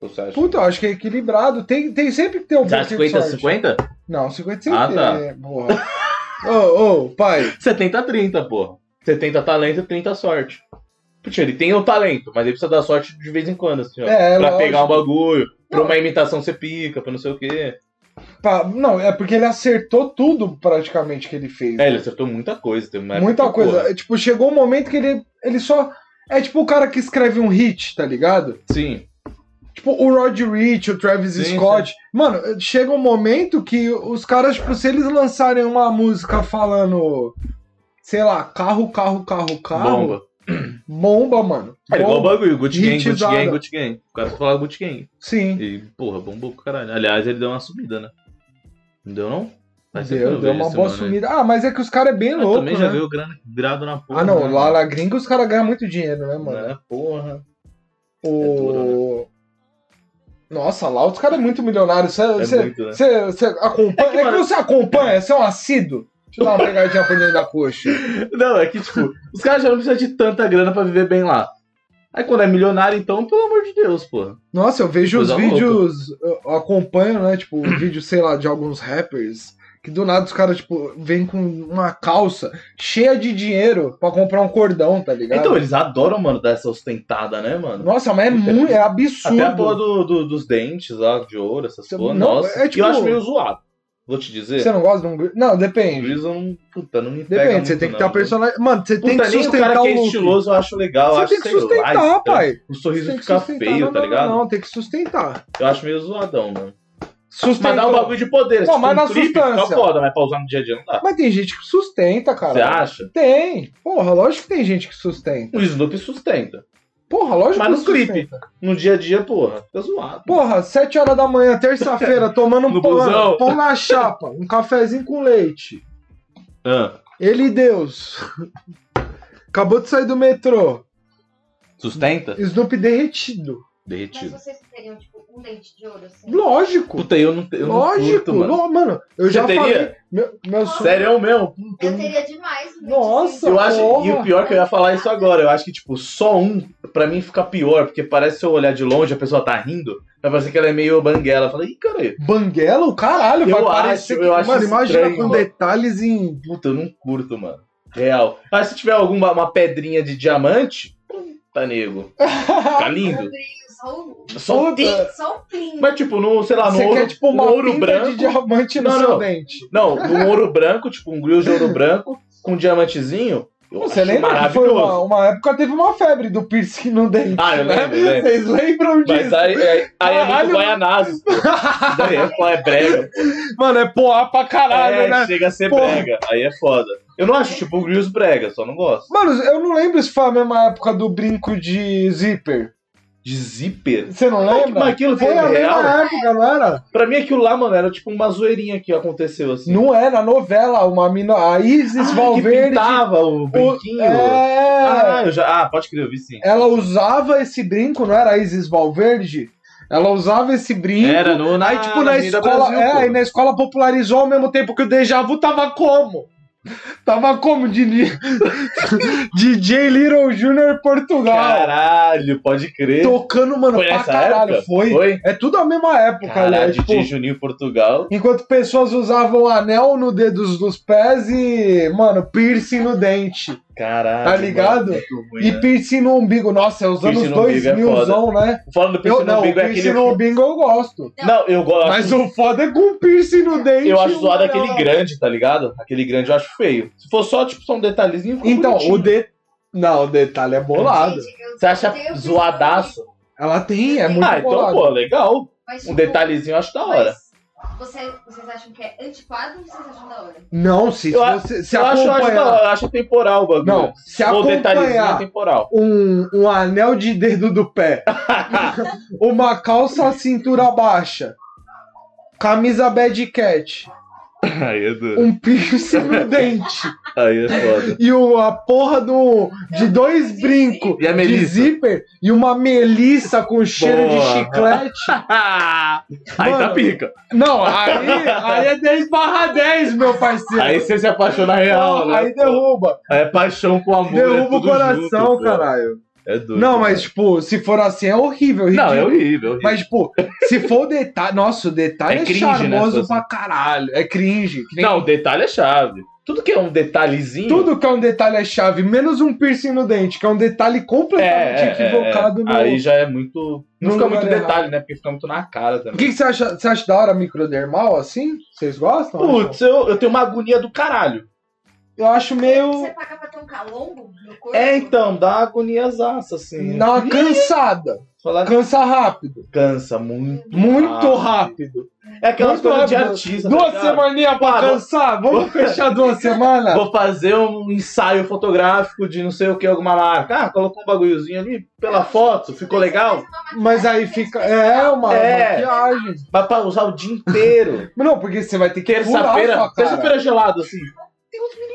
Speaker 2: Ou você acha?
Speaker 1: Puta, eu acho que é equilibrado. Tem, tem sempre que ter um
Speaker 2: você acha
Speaker 1: pouquinho de sorte.
Speaker 2: 50-50?
Speaker 1: Não, 50 sempre
Speaker 2: Ah, tá.
Speaker 1: tem, né? Porra. Ô, ô, pai.
Speaker 2: 70-30, porra. 70 talento e 30 sorte. Puxa, ele tem o talento, mas ele precisa dar sorte de vez em quando, assim, ó.
Speaker 1: É,
Speaker 2: pra
Speaker 1: lógico. é-
Speaker 2: pegar um bagulho, pra uma imitação ser pica, pra não sei o quê.
Speaker 1: Pá, Não, é porque ele acertou tudo praticamente que ele fez.
Speaker 2: É, ele acertou muita coisa. Teve uma época
Speaker 1: Muita
Speaker 2: que,
Speaker 1: coisa.
Speaker 2: porra,
Speaker 1: É, Tipo, chegou um momento que ele, ele só. É tipo o cara que escreve um hit, tá ligado?
Speaker 2: Sim.
Speaker 1: Tipo, o Rod Rich, o Travis
Speaker 2: Sim,
Speaker 1: Scott. Mano, chega um momento que os caras, tipo, se eles lançarem uma música falando. Sei lá, carro, carro, carro, carro.
Speaker 2: Bomba.
Speaker 1: Bomba, mano.
Speaker 2: É igual o
Speaker 1: Bomba.
Speaker 2: bagulho, Gucci Gang, Gucci
Speaker 1: Hitizada.
Speaker 2: Gang, Gucci Gang. O cara só falava Gucci Gang.
Speaker 1: Sim.
Speaker 2: E, porra, bombou pra caralho. Aliás, ele deu uma subida, né? Não deu, não? Faz tempo que eu
Speaker 1: Deu,
Speaker 2: não
Speaker 1: deu
Speaker 2: vejo
Speaker 1: uma
Speaker 2: esse
Speaker 1: boa
Speaker 2: mano aí.
Speaker 1: sumida. Ah, mas é que os caras é bem
Speaker 2: Ah,
Speaker 1: louco,
Speaker 2: também já
Speaker 1: né?
Speaker 2: veio o grana virado na porra.
Speaker 1: Ah, não.
Speaker 2: né?
Speaker 1: Lá na gringa os caras ganham muito dinheiro, né, mano?
Speaker 2: É, né? porra.
Speaker 1: O... Nossa, lá os caras é muito milionário. Você
Speaker 2: É
Speaker 1: você-
Speaker 2: muito, né?
Speaker 1: você- você acompanha. É que,
Speaker 2: mano-
Speaker 1: você acompanha, você é um assíduo. Deixa eu dar uma pegadinha por dentro da coxa.
Speaker 2: Não, é que, tipo, os caras já não precisam de tanta grana pra viver bem lá. Aí quando é milionário, então, pelo amor de Deus, porra.
Speaker 1: Nossa, eu vejo os
Speaker 2: Coisa louca.
Speaker 1: vídeos. Eu eu acompanho, né? Tipo, o vídeo, sei lá, de alguns rappers. Que do nada os caras, tipo, vêm com uma calça cheia de dinheiro pra comprar um cordão, tá ligado?
Speaker 2: Então, eles adoram, mano, dar essa ostentada, né, mano?
Speaker 1: Nossa, mas é muito. É absurdo.
Speaker 2: Até a porra do- do- dos dentes lá, de ouro, essas
Speaker 1: Você-
Speaker 2: porra.
Speaker 1: não,
Speaker 2: Nossa,
Speaker 1: é tipo-
Speaker 2: E eu acho meio zoado. Vou te dizer.
Speaker 1: Você não gosta de um. gri- Não,
Speaker 2: O
Speaker 1: depende.
Speaker 2: Gris eu não, puta, não me pega
Speaker 1: Depende,
Speaker 2: muito,
Speaker 1: você tem que ter
Speaker 2: não. né?
Speaker 1: uma personalidade. Mano, você
Speaker 2: Puta,
Speaker 1: tem que
Speaker 2: nem o cara
Speaker 1: sustentar
Speaker 2: que é
Speaker 1: o look.
Speaker 2: estiloso eu acho legal. eu
Speaker 1: Você
Speaker 2: acho,
Speaker 1: tem que
Speaker 2: sei lá,
Speaker 1: sustentar,
Speaker 2: estranho.
Speaker 1: pai.
Speaker 2: O
Speaker 1: Você
Speaker 2: sorriso
Speaker 1: tem que
Speaker 2: fica
Speaker 1: sustentar.
Speaker 2: feio,
Speaker 1: Não,
Speaker 2: tá
Speaker 1: não,
Speaker 2: ligado?
Speaker 1: Não, tem que sustentar.
Speaker 2: Eu acho meio zoadão, mano.
Speaker 1: Sustentar.
Speaker 2: Mas dá um bagulho de poder.
Speaker 1: Não,
Speaker 2: tipo,
Speaker 1: mas
Speaker 2: um
Speaker 1: na
Speaker 2: clipe,
Speaker 1: substância.
Speaker 2: Tá foda, mas pra usar no dia a dia não dá.
Speaker 1: Mas tem gente que sustenta, cara.
Speaker 2: Você acha?
Speaker 1: Tem. Porra, lógico que tem gente que sustenta.
Speaker 2: O Snoop sustenta.
Speaker 1: Porra, lógico
Speaker 2: Mas
Speaker 1: que
Speaker 2: no clipe.
Speaker 1: sustenta.
Speaker 2: No dia a dia, porra, fica zoado.
Speaker 1: Porra, sete horas da manhã, terça-feira, tomando um
Speaker 2: No
Speaker 1: pão,
Speaker 2: busão.
Speaker 1: pão na chapa, um cafezinho com leite.
Speaker 2: Ah,
Speaker 1: Ele e Deus. Acabou de sair do metrô.
Speaker 2: sustenta?
Speaker 1: Snoop derretido.
Speaker 3: Mas
Speaker 2: Derretido.
Speaker 3: vocês teriam, tipo, um dente de ouro, assim?
Speaker 1: Lógico.
Speaker 2: Puta, eu não tenho.
Speaker 1: lógico.
Speaker 2: Curto, mano.
Speaker 1: Não, mano, eu
Speaker 2: Você
Speaker 1: já
Speaker 2: teria?
Speaker 1: falei. Meu, meu sonho-
Speaker 2: Sério, é o meu.
Speaker 3: Eu teria demais um dente
Speaker 1: Nossa,
Speaker 3: assim.
Speaker 2: Eu acho, e
Speaker 1: Porra.
Speaker 2: o pior é que eu ia falar isso agora, eu acho que, tipo, só um, pra mim fica pior, porque parece se eu olhar de longe, a pessoa tá rindo, vai parecer que ela é meio banguela. Eu falo, ih, caralho,
Speaker 1: Banguela, o caralho,
Speaker 2: Eu
Speaker 1: vai
Speaker 2: acho,
Speaker 1: parecer que-
Speaker 2: eu acho
Speaker 1: Mano, imagina
Speaker 2: estranho,
Speaker 1: com
Speaker 2: mano.
Speaker 1: detalhes em.
Speaker 2: puta, eu não curto, mano. Real. Mas se tiver alguma uma pedrinha de diamante, tá nego. Tá lindo.
Speaker 3: Só um,
Speaker 2: Só um
Speaker 1: Puta.
Speaker 3: só um plim.
Speaker 2: Mas, tipo, no, sei lá, no
Speaker 1: Você
Speaker 2: ouro,
Speaker 1: quer tipo uma
Speaker 2: no ouro
Speaker 1: pinta
Speaker 2: branco.
Speaker 1: de diamante no
Speaker 2: Não,
Speaker 1: seu
Speaker 2: não.
Speaker 1: dente.
Speaker 2: Não, no ouro branco, tipo, um grill de ouro branco, com um diamantezinho. Eu
Speaker 1: Você
Speaker 2: acho
Speaker 1: lembra que foi
Speaker 2: maravilhoso.
Speaker 1: uma, uma época teve uma febre do piercing no dente?
Speaker 2: Ah, eu
Speaker 1: né?
Speaker 2: lembro, eu lembro.
Speaker 1: Vocês lembram
Speaker 2: Mas
Speaker 1: disso?
Speaker 2: aí, aí, aí é
Speaker 1: Caralho,
Speaker 2: muito baianazes. pô. Daí é, pô, é brega.
Speaker 1: Mano, é poá pra caralho,
Speaker 2: é,
Speaker 1: né?
Speaker 2: chega a ser
Speaker 1: Porra.
Speaker 2: brega. Aí é foda. Eu não acho, tipo, o Grills brega, só não gosto.
Speaker 1: Mano, eu não lembro se foi a mesma época do brinco de zíper.
Speaker 2: De zíper.
Speaker 1: Você não
Speaker 2: Mas
Speaker 1: lembra?
Speaker 2: aquilo foi
Speaker 1: Foi a
Speaker 2: real.
Speaker 1: mesma época, não era?
Speaker 2: Pra mim aquilo lá, mano, era tipo uma zoeirinha que aconteceu, assim.
Speaker 1: Não era, a novela, uma mina. A Isis
Speaker 2: Ah, Que
Speaker 1: Valverde.
Speaker 2: pintava o brinquinho.
Speaker 1: tipo, É.
Speaker 2: Ah, eu já... ah, pode crer, eu vi sim.
Speaker 1: ela usava esse brinco, não era a Isis Valverde? Ela usava esse brinco.
Speaker 2: Era no... Ah, Na,
Speaker 1: Aí, tipo, na
Speaker 2: Avenida
Speaker 1: escola.
Speaker 2: Brasil,
Speaker 1: é,
Speaker 2: pô.
Speaker 1: aí na escola popularizou ao mesmo tempo que o Deja Vu tava como? Tava como Dini? DJ Little Junior Portugal.
Speaker 2: Caralho, pode crer.
Speaker 1: tocando, mano,
Speaker 2: Foi
Speaker 1: pra
Speaker 2: nessa
Speaker 1: caralho.
Speaker 2: época?
Speaker 1: Foi.
Speaker 2: Foi?
Speaker 1: É tudo a mesma época, né?
Speaker 2: Caralho,
Speaker 1: Tipo,
Speaker 2: DJ Juninho Portugal.
Speaker 1: enquanto pessoas usavam anel no dedos dos pés e, mano, piercing no dente.
Speaker 2: Caralho.
Speaker 1: Tá ligado?
Speaker 2: mano, muito ruim,
Speaker 1: E
Speaker 2: né?
Speaker 1: piercing no umbigo. Nossa, é os
Speaker 2: Piercing
Speaker 1: anos
Speaker 2: no umbigo é
Speaker 1: 2000zão, né?
Speaker 2: Falando do
Speaker 1: Eu,
Speaker 2: Piercing no
Speaker 1: não,
Speaker 2: Umbigo, é
Speaker 1: piercing
Speaker 2: aquele.
Speaker 1: no umbigo eu gosto.
Speaker 2: Não, eu gosto.
Speaker 1: Mas o foda é com piercing no dente.
Speaker 2: Eu acho zoado
Speaker 1: mano.
Speaker 2: aquele grande, tá ligado? Aquele grande eu acho feio. Se for só, tipo, só um detalhezinho, fica
Speaker 1: Então,
Speaker 2: bonitinho.
Speaker 1: o de... Não, o detalhe é bolado.
Speaker 3: Gente, eu um
Speaker 2: Você acha
Speaker 3: odeio piercing
Speaker 2: zoadaço?
Speaker 1: Ela tem, é muito
Speaker 2: Ah, então,
Speaker 1: bolado.
Speaker 2: pô, legal.
Speaker 3: Mas,
Speaker 2: Um
Speaker 3: tipo,
Speaker 2: detalhezinho eu acho da hora.
Speaker 3: mas Você, vocês acham que é antiquado ou vocês acham da hora?
Speaker 1: Não, se,
Speaker 2: Eu a-
Speaker 1: você, se
Speaker 2: eu, acho, eu acho da
Speaker 1: acompanhar...
Speaker 2: hora, eu acho temporal o bagulho.
Speaker 1: Não, se
Speaker 2: Ou detalhezinho é
Speaker 1: acompanhar
Speaker 2: temporal.
Speaker 1: um, um anel de dedo do pé, uma calça à cintura baixa, camisa bad cat,
Speaker 2: Aí é duro.
Speaker 1: um piercing no dente
Speaker 2: Aí é foda.
Speaker 1: e o- a porra do, de dois brincos
Speaker 2: E a
Speaker 1: de
Speaker 2: Melissa?
Speaker 1: zíper e uma melissa com cheiro de
Speaker 2: Boa.
Speaker 1: chiclete.
Speaker 2: aí
Speaker 1: Mano,
Speaker 2: tá pica.
Speaker 1: Não, aí, aí é 10 barra 10, meu parceiro.
Speaker 2: Aí você se apaixona real,
Speaker 1: Não,
Speaker 2: né?
Speaker 1: aí derruba.
Speaker 2: Aí é paixão com amor. é
Speaker 1: Derruba o
Speaker 2: tudo
Speaker 1: coração,
Speaker 2: junto, pô.
Speaker 1: caralho.
Speaker 2: É doido.
Speaker 1: Não,
Speaker 2: cara.
Speaker 1: mas, tipo, se for assim, é horrível.
Speaker 2: Não,
Speaker 1: ridículo.
Speaker 2: é horrível. é horrível.
Speaker 1: Mas, tipo, se for o detalhe. Nossa, o detalhe
Speaker 2: É
Speaker 1: é,
Speaker 2: cringe, né,
Speaker 1: charmoso
Speaker 2: Suzy?
Speaker 1: pra caralho. É cringe. Que nem-
Speaker 2: Não, o detalhe é chave. Tudo que é um detalhezinho.
Speaker 1: Tudo que é um detalhe é chave, menos um piercing no dente, que é um detalhe completamente
Speaker 2: é, é,
Speaker 1: equivocado
Speaker 2: é.
Speaker 1: no.
Speaker 2: Aí já é muito. Não
Speaker 1: no
Speaker 2: fica
Speaker 1: lugar
Speaker 2: muito
Speaker 1: errado.
Speaker 2: detalhe, né? Porque fica muito na cara
Speaker 1: O
Speaker 2: também.
Speaker 1: que, que você acha? Você acha da hora microdermal assim? Vocês gostam?
Speaker 2: Putz, eu, eu tenho uma agonia do caralho.
Speaker 1: Eu acho meio.
Speaker 3: Você paga pra ter um calombo no corpo?
Speaker 2: É, então, dá uma agoniazaça, assim.
Speaker 1: Dá uma cansada.
Speaker 2: Falar que
Speaker 1: Cansa rápido.
Speaker 2: cansa muito.
Speaker 1: Muito
Speaker 2: rápido.
Speaker 1: rápido.
Speaker 2: É aquelas
Speaker 1: Muito
Speaker 2: coisas de
Speaker 1: rápido.
Speaker 2: artista. tá
Speaker 1: Duas
Speaker 2: ligado?
Speaker 1: semaninhas pra
Speaker 2: Ah, vou-
Speaker 1: cansar? Vamos fechar duas semanas?
Speaker 2: Vou fazer um ensaio fotográfico de não sei o que, alguma marca. Ah, colocou um bagulhozinho ali pela foto, ficou legal.
Speaker 1: Mas aí fica. É uma
Speaker 2: É.
Speaker 1: maquiagem.
Speaker 2: Mas pra usar o dia inteiro.
Speaker 1: Mas Não, porque você vai ter que furar a
Speaker 2: Terça-feira.
Speaker 1: sua cara.
Speaker 2: Terça-feira gelado, assim.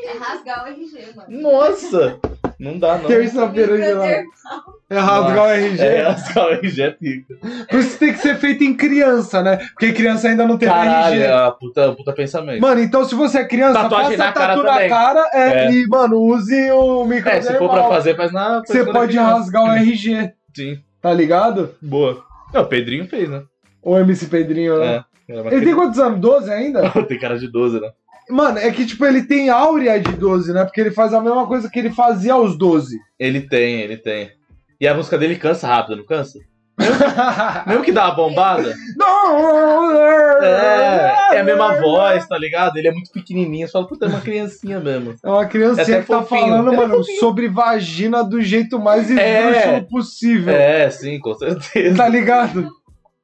Speaker 3: É rasgar o RG, mano. um
Speaker 2: Nossa! Não dá, não.
Speaker 1: Terça-feira de lá.
Speaker 3: Microdermal.
Speaker 1: É rasgar o RG.
Speaker 2: É, as calmas já pica.
Speaker 1: Por isso tem que ser feito em criança, né? Porque criança ainda não tem
Speaker 2: Caralho, é
Speaker 1: RG.
Speaker 2: a puta, puta pensamento.
Speaker 1: Mano, então se você é criança,
Speaker 2: Tatuagem
Speaker 1: faça
Speaker 2: na cara
Speaker 1: tatu na
Speaker 2: também.
Speaker 1: cara é,
Speaker 2: É.
Speaker 1: e, mano, use o micro.
Speaker 2: é, se for pra fazer, faz na. faz
Speaker 1: Você
Speaker 2: quando é
Speaker 1: pode
Speaker 2: criança.
Speaker 1: rasgar o RG,
Speaker 2: Sim,
Speaker 1: tá ligado?
Speaker 2: boa. Não, o Pedrinho fez, né?
Speaker 1: Ou MC Pedrinho, né?
Speaker 2: É. Era
Speaker 1: Ele
Speaker 2: uma
Speaker 1: tem
Speaker 2: criança.
Speaker 1: quantos anos? 12 ainda?
Speaker 2: tem cara de 12, né?
Speaker 1: Mano, é que, tipo, ele tem áurea de 12, né? Porque ele faz a mesma coisa que ele fazia aos 12.
Speaker 2: Ele tem, ele tem. E a música dele cansa rápido, não cansa? Mesmo que dá uma bombada,
Speaker 1: Não!
Speaker 2: é, é a mesma voz, tá ligado? Ele é muito pequenininho, você fala, puta, é uma criancinha mesmo.
Speaker 1: É uma criancinha
Speaker 2: É até
Speaker 1: que tá
Speaker 2: fofinho.
Speaker 1: falando,
Speaker 2: É
Speaker 1: mano, sobre vagina do jeito mais esdrúxulo possível.
Speaker 2: É, sim, com certeza.
Speaker 1: Tá ligado?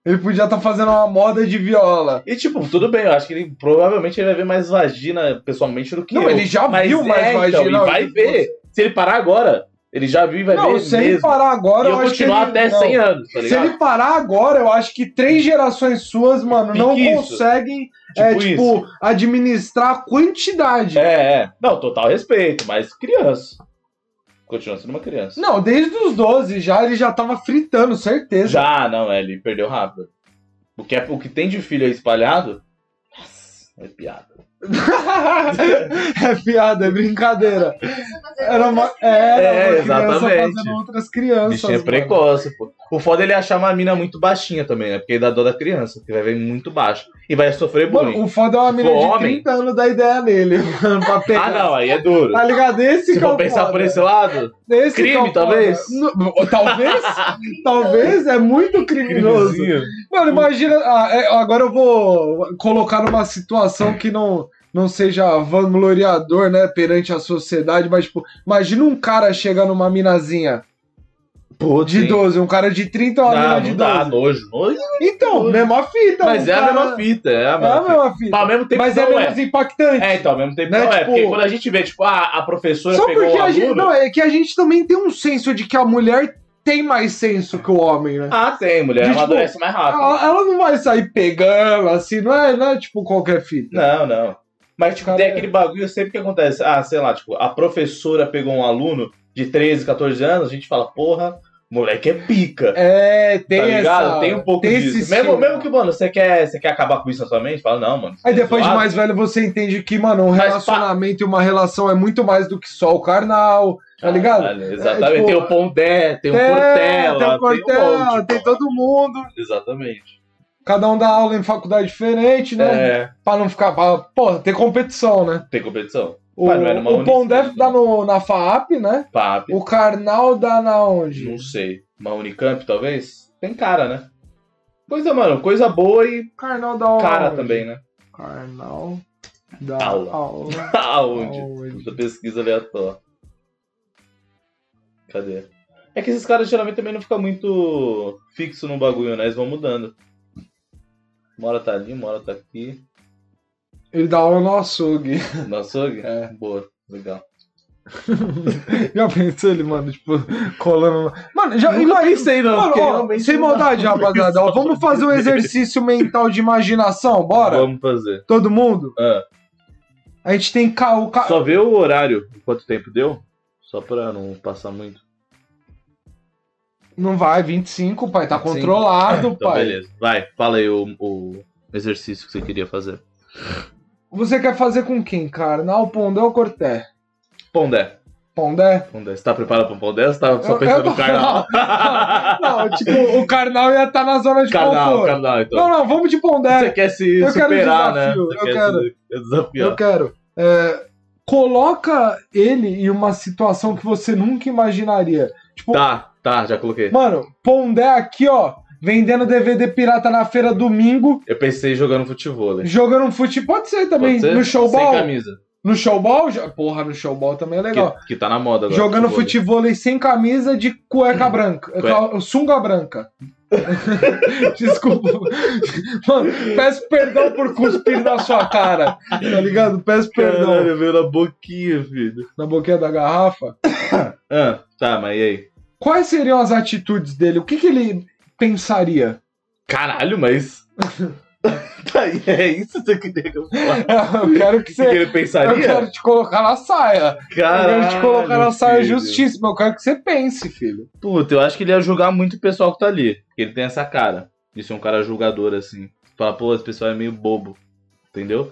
Speaker 1: Ele podia estar fazendo uma moda de viola.
Speaker 2: E tipo, tudo bem, eu acho que ele provavelmente ele vai ver mais vagina pessoalmente do que
Speaker 1: Não,
Speaker 2: eu.
Speaker 1: ele já viu mais vagina,
Speaker 2: Então, e vai
Speaker 1: eu-
Speaker 2: ver. Se ele parar agora, ele já viu e vai
Speaker 1: não,
Speaker 2: ver
Speaker 1: se ele
Speaker 2: É mesmo.
Speaker 1: parar agora,
Speaker 2: e
Speaker 1: eu,
Speaker 2: eu
Speaker 1: acho que.
Speaker 2: continuar
Speaker 1: ele-
Speaker 2: até
Speaker 1: não.
Speaker 2: 100 anos, tá
Speaker 1: Se
Speaker 2: ligado?
Speaker 1: ele parar agora, eu acho que três gerações suas, mano, não
Speaker 2: Pique isso.
Speaker 1: conseguem é,
Speaker 2: Tipo
Speaker 1: tipo, administrar a quantidade.
Speaker 2: É, é. Não, total respeito, mas criança. Continua sendo uma criança.
Speaker 1: Não, desde os 12 já ele já tava fritando, certeza.
Speaker 2: Já, não, é, ele perdeu rápido. O que, é, o que tem de filho aí espalhado, nossa, é piada.
Speaker 1: é piada, é brincadeira.
Speaker 3: Criança fazendo
Speaker 1: Era uma,
Speaker 3: outras
Speaker 1: era
Speaker 2: É,
Speaker 1: uma criança
Speaker 2: exatamente.
Speaker 1: fazendo outras crianças.
Speaker 2: Bichinho é
Speaker 1: mano.
Speaker 2: precoce, pô. O foda é ele achar uma mina muito baixinha também, né? Porque aí dá dó da criança, que vai vir muito baixo. E vai sofrer bullying.
Speaker 1: Mano, o foda é uma mina
Speaker 2: For
Speaker 1: de
Speaker 2: homem.
Speaker 1: 30 anos da ideia nele, mano, pra pegar.
Speaker 2: Ah, não, aí é duro.
Speaker 1: Tá ligado? Esse
Speaker 2: Se
Speaker 1: que é o
Speaker 2: for pensar
Speaker 1: foda.
Speaker 2: por esse lado,
Speaker 1: Esse
Speaker 2: crime,
Speaker 1: que é o foda.
Speaker 2: talvez?
Speaker 1: Não, talvez?
Speaker 3: crianças.
Speaker 1: talvez é muito criminoso.
Speaker 2: crimezinho.
Speaker 1: Mano, imagina. ah, é, agora eu vou colocar numa situação que não. Não seja vangloriador, né, perante a sociedade, mas, tipo, imagina um cara chegar numa minazinha
Speaker 2: Pô,
Speaker 1: de 12, um cara de 30 ou uma mina
Speaker 2: Não,
Speaker 1: de 12.
Speaker 2: não dá, nojo. nojo.
Speaker 1: Então, mesma fita.
Speaker 2: Mas
Speaker 1: um
Speaker 2: é a
Speaker 1: cara-
Speaker 2: mesma fita, é a
Speaker 1: É a
Speaker 2: mesma fita.
Speaker 1: mesma fita.
Speaker 2: Mas ao mesmo tempo
Speaker 1: Mas é
Speaker 2: não é.
Speaker 1: menos impactante.
Speaker 2: É, então, ao mesmo tempo
Speaker 1: Né,
Speaker 2: não é.
Speaker 1: tipo-
Speaker 2: Porque quando a gente vê, tipo, a, a professora
Speaker 1: Só
Speaker 2: pegou
Speaker 1: porque
Speaker 2: um
Speaker 1: a gente.
Speaker 2: aluno-
Speaker 1: Não, é que a gente também tem um senso de que a mulher tem mais senso que o homem, né?
Speaker 2: Ah, tem, mulher.
Speaker 1: De,
Speaker 2: ela
Speaker 1: tipo,
Speaker 2: adoece mais rápido.
Speaker 1: Ela, ela não vai sair pegando, assim, não é, não é tipo qualquer fita.
Speaker 2: Não, não. Mas, tipo,
Speaker 1: Cara,
Speaker 2: tem
Speaker 1: é.
Speaker 2: aquele bagulho sempre que acontece. Ah, sei lá, tipo, a professora pegou um aluno de 13, 14 anos, a gente fala, porra, Moleque é pica.
Speaker 1: É, tem
Speaker 2: tá ligado?
Speaker 1: essa.
Speaker 2: tem um pouco
Speaker 1: tem esse
Speaker 2: disso.
Speaker 1: estilo.
Speaker 2: Mesmo, mesmo que, mano, você quer, você quer acabar com isso na sua mente? Fala, não, mano.
Speaker 1: Aí depois de
Speaker 2: Zoado.
Speaker 1: mais velho você entende que, mano, um
Speaker 2: Mas,
Speaker 1: relacionamento e uma relação é muito mais do que só o carnal, tá ligado?
Speaker 2: Caralho, exatamente.
Speaker 1: É, tipo,
Speaker 2: tem o Pondé, tem o
Speaker 1: É,
Speaker 2: Portela.
Speaker 1: tem o Cortella,
Speaker 2: monte,
Speaker 1: tem
Speaker 2: mano.
Speaker 1: todo mundo.
Speaker 2: Exatamente.
Speaker 1: Cada um dá aula em faculdade diferente, né?
Speaker 2: É,
Speaker 1: Pra não ficar. Pra, pô, ter competição, né?
Speaker 2: tem competição.
Speaker 1: O,
Speaker 2: Mas não era uma
Speaker 1: o
Speaker 2: Unicef,
Speaker 1: Pondef
Speaker 2: né?
Speaker 1: dá no, na FAAP, né?
Speaker 2: PAP,
Speaker 1: O Karnal dá na onde?
Speaker 2: não sei. Uma Unicamp, talvez? Tem cara, né? Coisa, mano, coisa boa e
Speaker 1: O Karnal dá onde?
Speaker 2: cara também, né?
Speaker 1: Karnal dá
Speaker 2: Aula.
Speaker 1: aula. aula.
Speaker 2: Aonde?
Speaker 1: aonde?
Speaker 2: Puta pesquisa aleatória. Cadê? É que esses caras geralmente também não ficam muito fixo no bagulho, né? Eles vão mudando. Uma hora tá ali, uma hora tá aqui.
Speaker 1: Ele dá aula no açougue.
Speaker 2: No açougue?
Speaker 1: É.
Speaker 2: Boa, legal.
Speaker 1: já pensou ele, mano, tipo, colando. na- Mano, já imagina.
Speaker 2: pensei, não.
Speaker 1: Mano,
Speaker 2: porque
Speaker 1: ó,
Speaker 2: realmente
Speaker 1: sem
Speaker 2: não dá
Speaker 1: maldade,
Speaker 2: pra
Speaker 1: rapaziada. ó,
Speaker 2: pensar
Speaker 1: vamos fazer um
Speaker 2: nisso.
Speaker 1: exercício mental de imaginação, bora?
Speaker 2: Vamos fazer.
Speaker 1: Todo mundo?
Speaker 2: Ah,
Speaker 1: A gente tem ca... o ca...
Speaker 2: só vê o horário, quanto tempo deu? Só pra não passar muito.
Speaker 1: Não vai, 25, pai. Tá
Speaker 2: 25.
Speaker 1: controlado,
Speaker 2: Então,
Speaker 1: pai.
Speaker 2: beleza. Vai, fala aí o, o exercício que você queria fazer.
Speaker 1: Você quer fazer com quem, cara? Nau, Pondé ou Corté?
Speaker 2: Pondé.
Speaker 1: Pondé?
Speaker 2: Pondé. Você tá preparado pra Pondé ou você tá
Speaker 1: Eu-
Speaker 2: só
Speaker 1: eu
Speaker 2: pensando
Speaker 1: tô-
Speaker 2: no carnaval?
Speaker 1: Não, tipo, o Karnal ia estar na zona de
Speaker 2: Carnal,
Speaker 1: conforto.
Speaker 2: carnal, então.
Speaker 1: Não, não, vamos de
Speaker 2: Você
Speaker 1: Pondé.
Speaker 2: quer se
Speaker 1: eu quero
Speaker 2: superar,
Speaker 1: desafio,
Speaker 2: né? Você
Speaker 1: eu
Speaker 2: quer
Speaker 1: quero.
Speaker 2: se- quer desafiar.
Speaker 1: Eu quero. É, coloca ele em uma situação que você nunca imaginaria. Tipo,
Speaker 2: Tá, tá, já coloquei.
Speaker 1: mano, Pondé aqui, ó, vendendo DVD pirata na feira domingo,
Speaker 2: Eu pensei jogando futebol.
Speaker 1: jogando um fute. Pode ser também,
Speaker 2: Pode ser?
Speaker 1: no
Speaker 2: Sem
Speaker 1: showball.
Speaker 2: camisa.
Speaker 1: No showball? já- Porra, no showball também é legal.
Speaker 2: Que, que tá na moda agora.
Speaker 1: Jogando futebol sem camisa de cueca branca.
Speaker 2: Cueca.
Speaker 1: Sunga branca. Desculpa. Mano, peço perdão por cuspir na sua cara. Tá ligado? Peço perdão.
Speaker 2: Caralho, veio na boquinha, filho.
Speaker 1: Na boquinha da garrafa.
Speaker 2: Ah, tá, mas e aí?
Speaker 1: Quais seriam as atitudes dele? O que, que ele pensaria?
Speaker 2: Caralho, mas. tá, aí, é isso que você queria que eu falasse?
Speaker 1: Eu quero que
Speaker 2: O que que
Speaker 1: você.
Speaker 2: ele
Speaker 1: Eu
Speaker 2: pensaria?
Speaker 1: quero te colocar na saia.
Speaker 2: Caralho,
Speaker 1: eu quero te colocar na saia
Speaker 2: filho.
Speaker 1: justíssima. Eu quero que você pense, filho.
Speaker 2: Puta, eu acho que ele ia julgar muito o pessoal que tá ali. Porque ele tem essa cara. De ser um cara julgador, assim. Fala, pô, esse pessoal é meio bobo. Entendeu?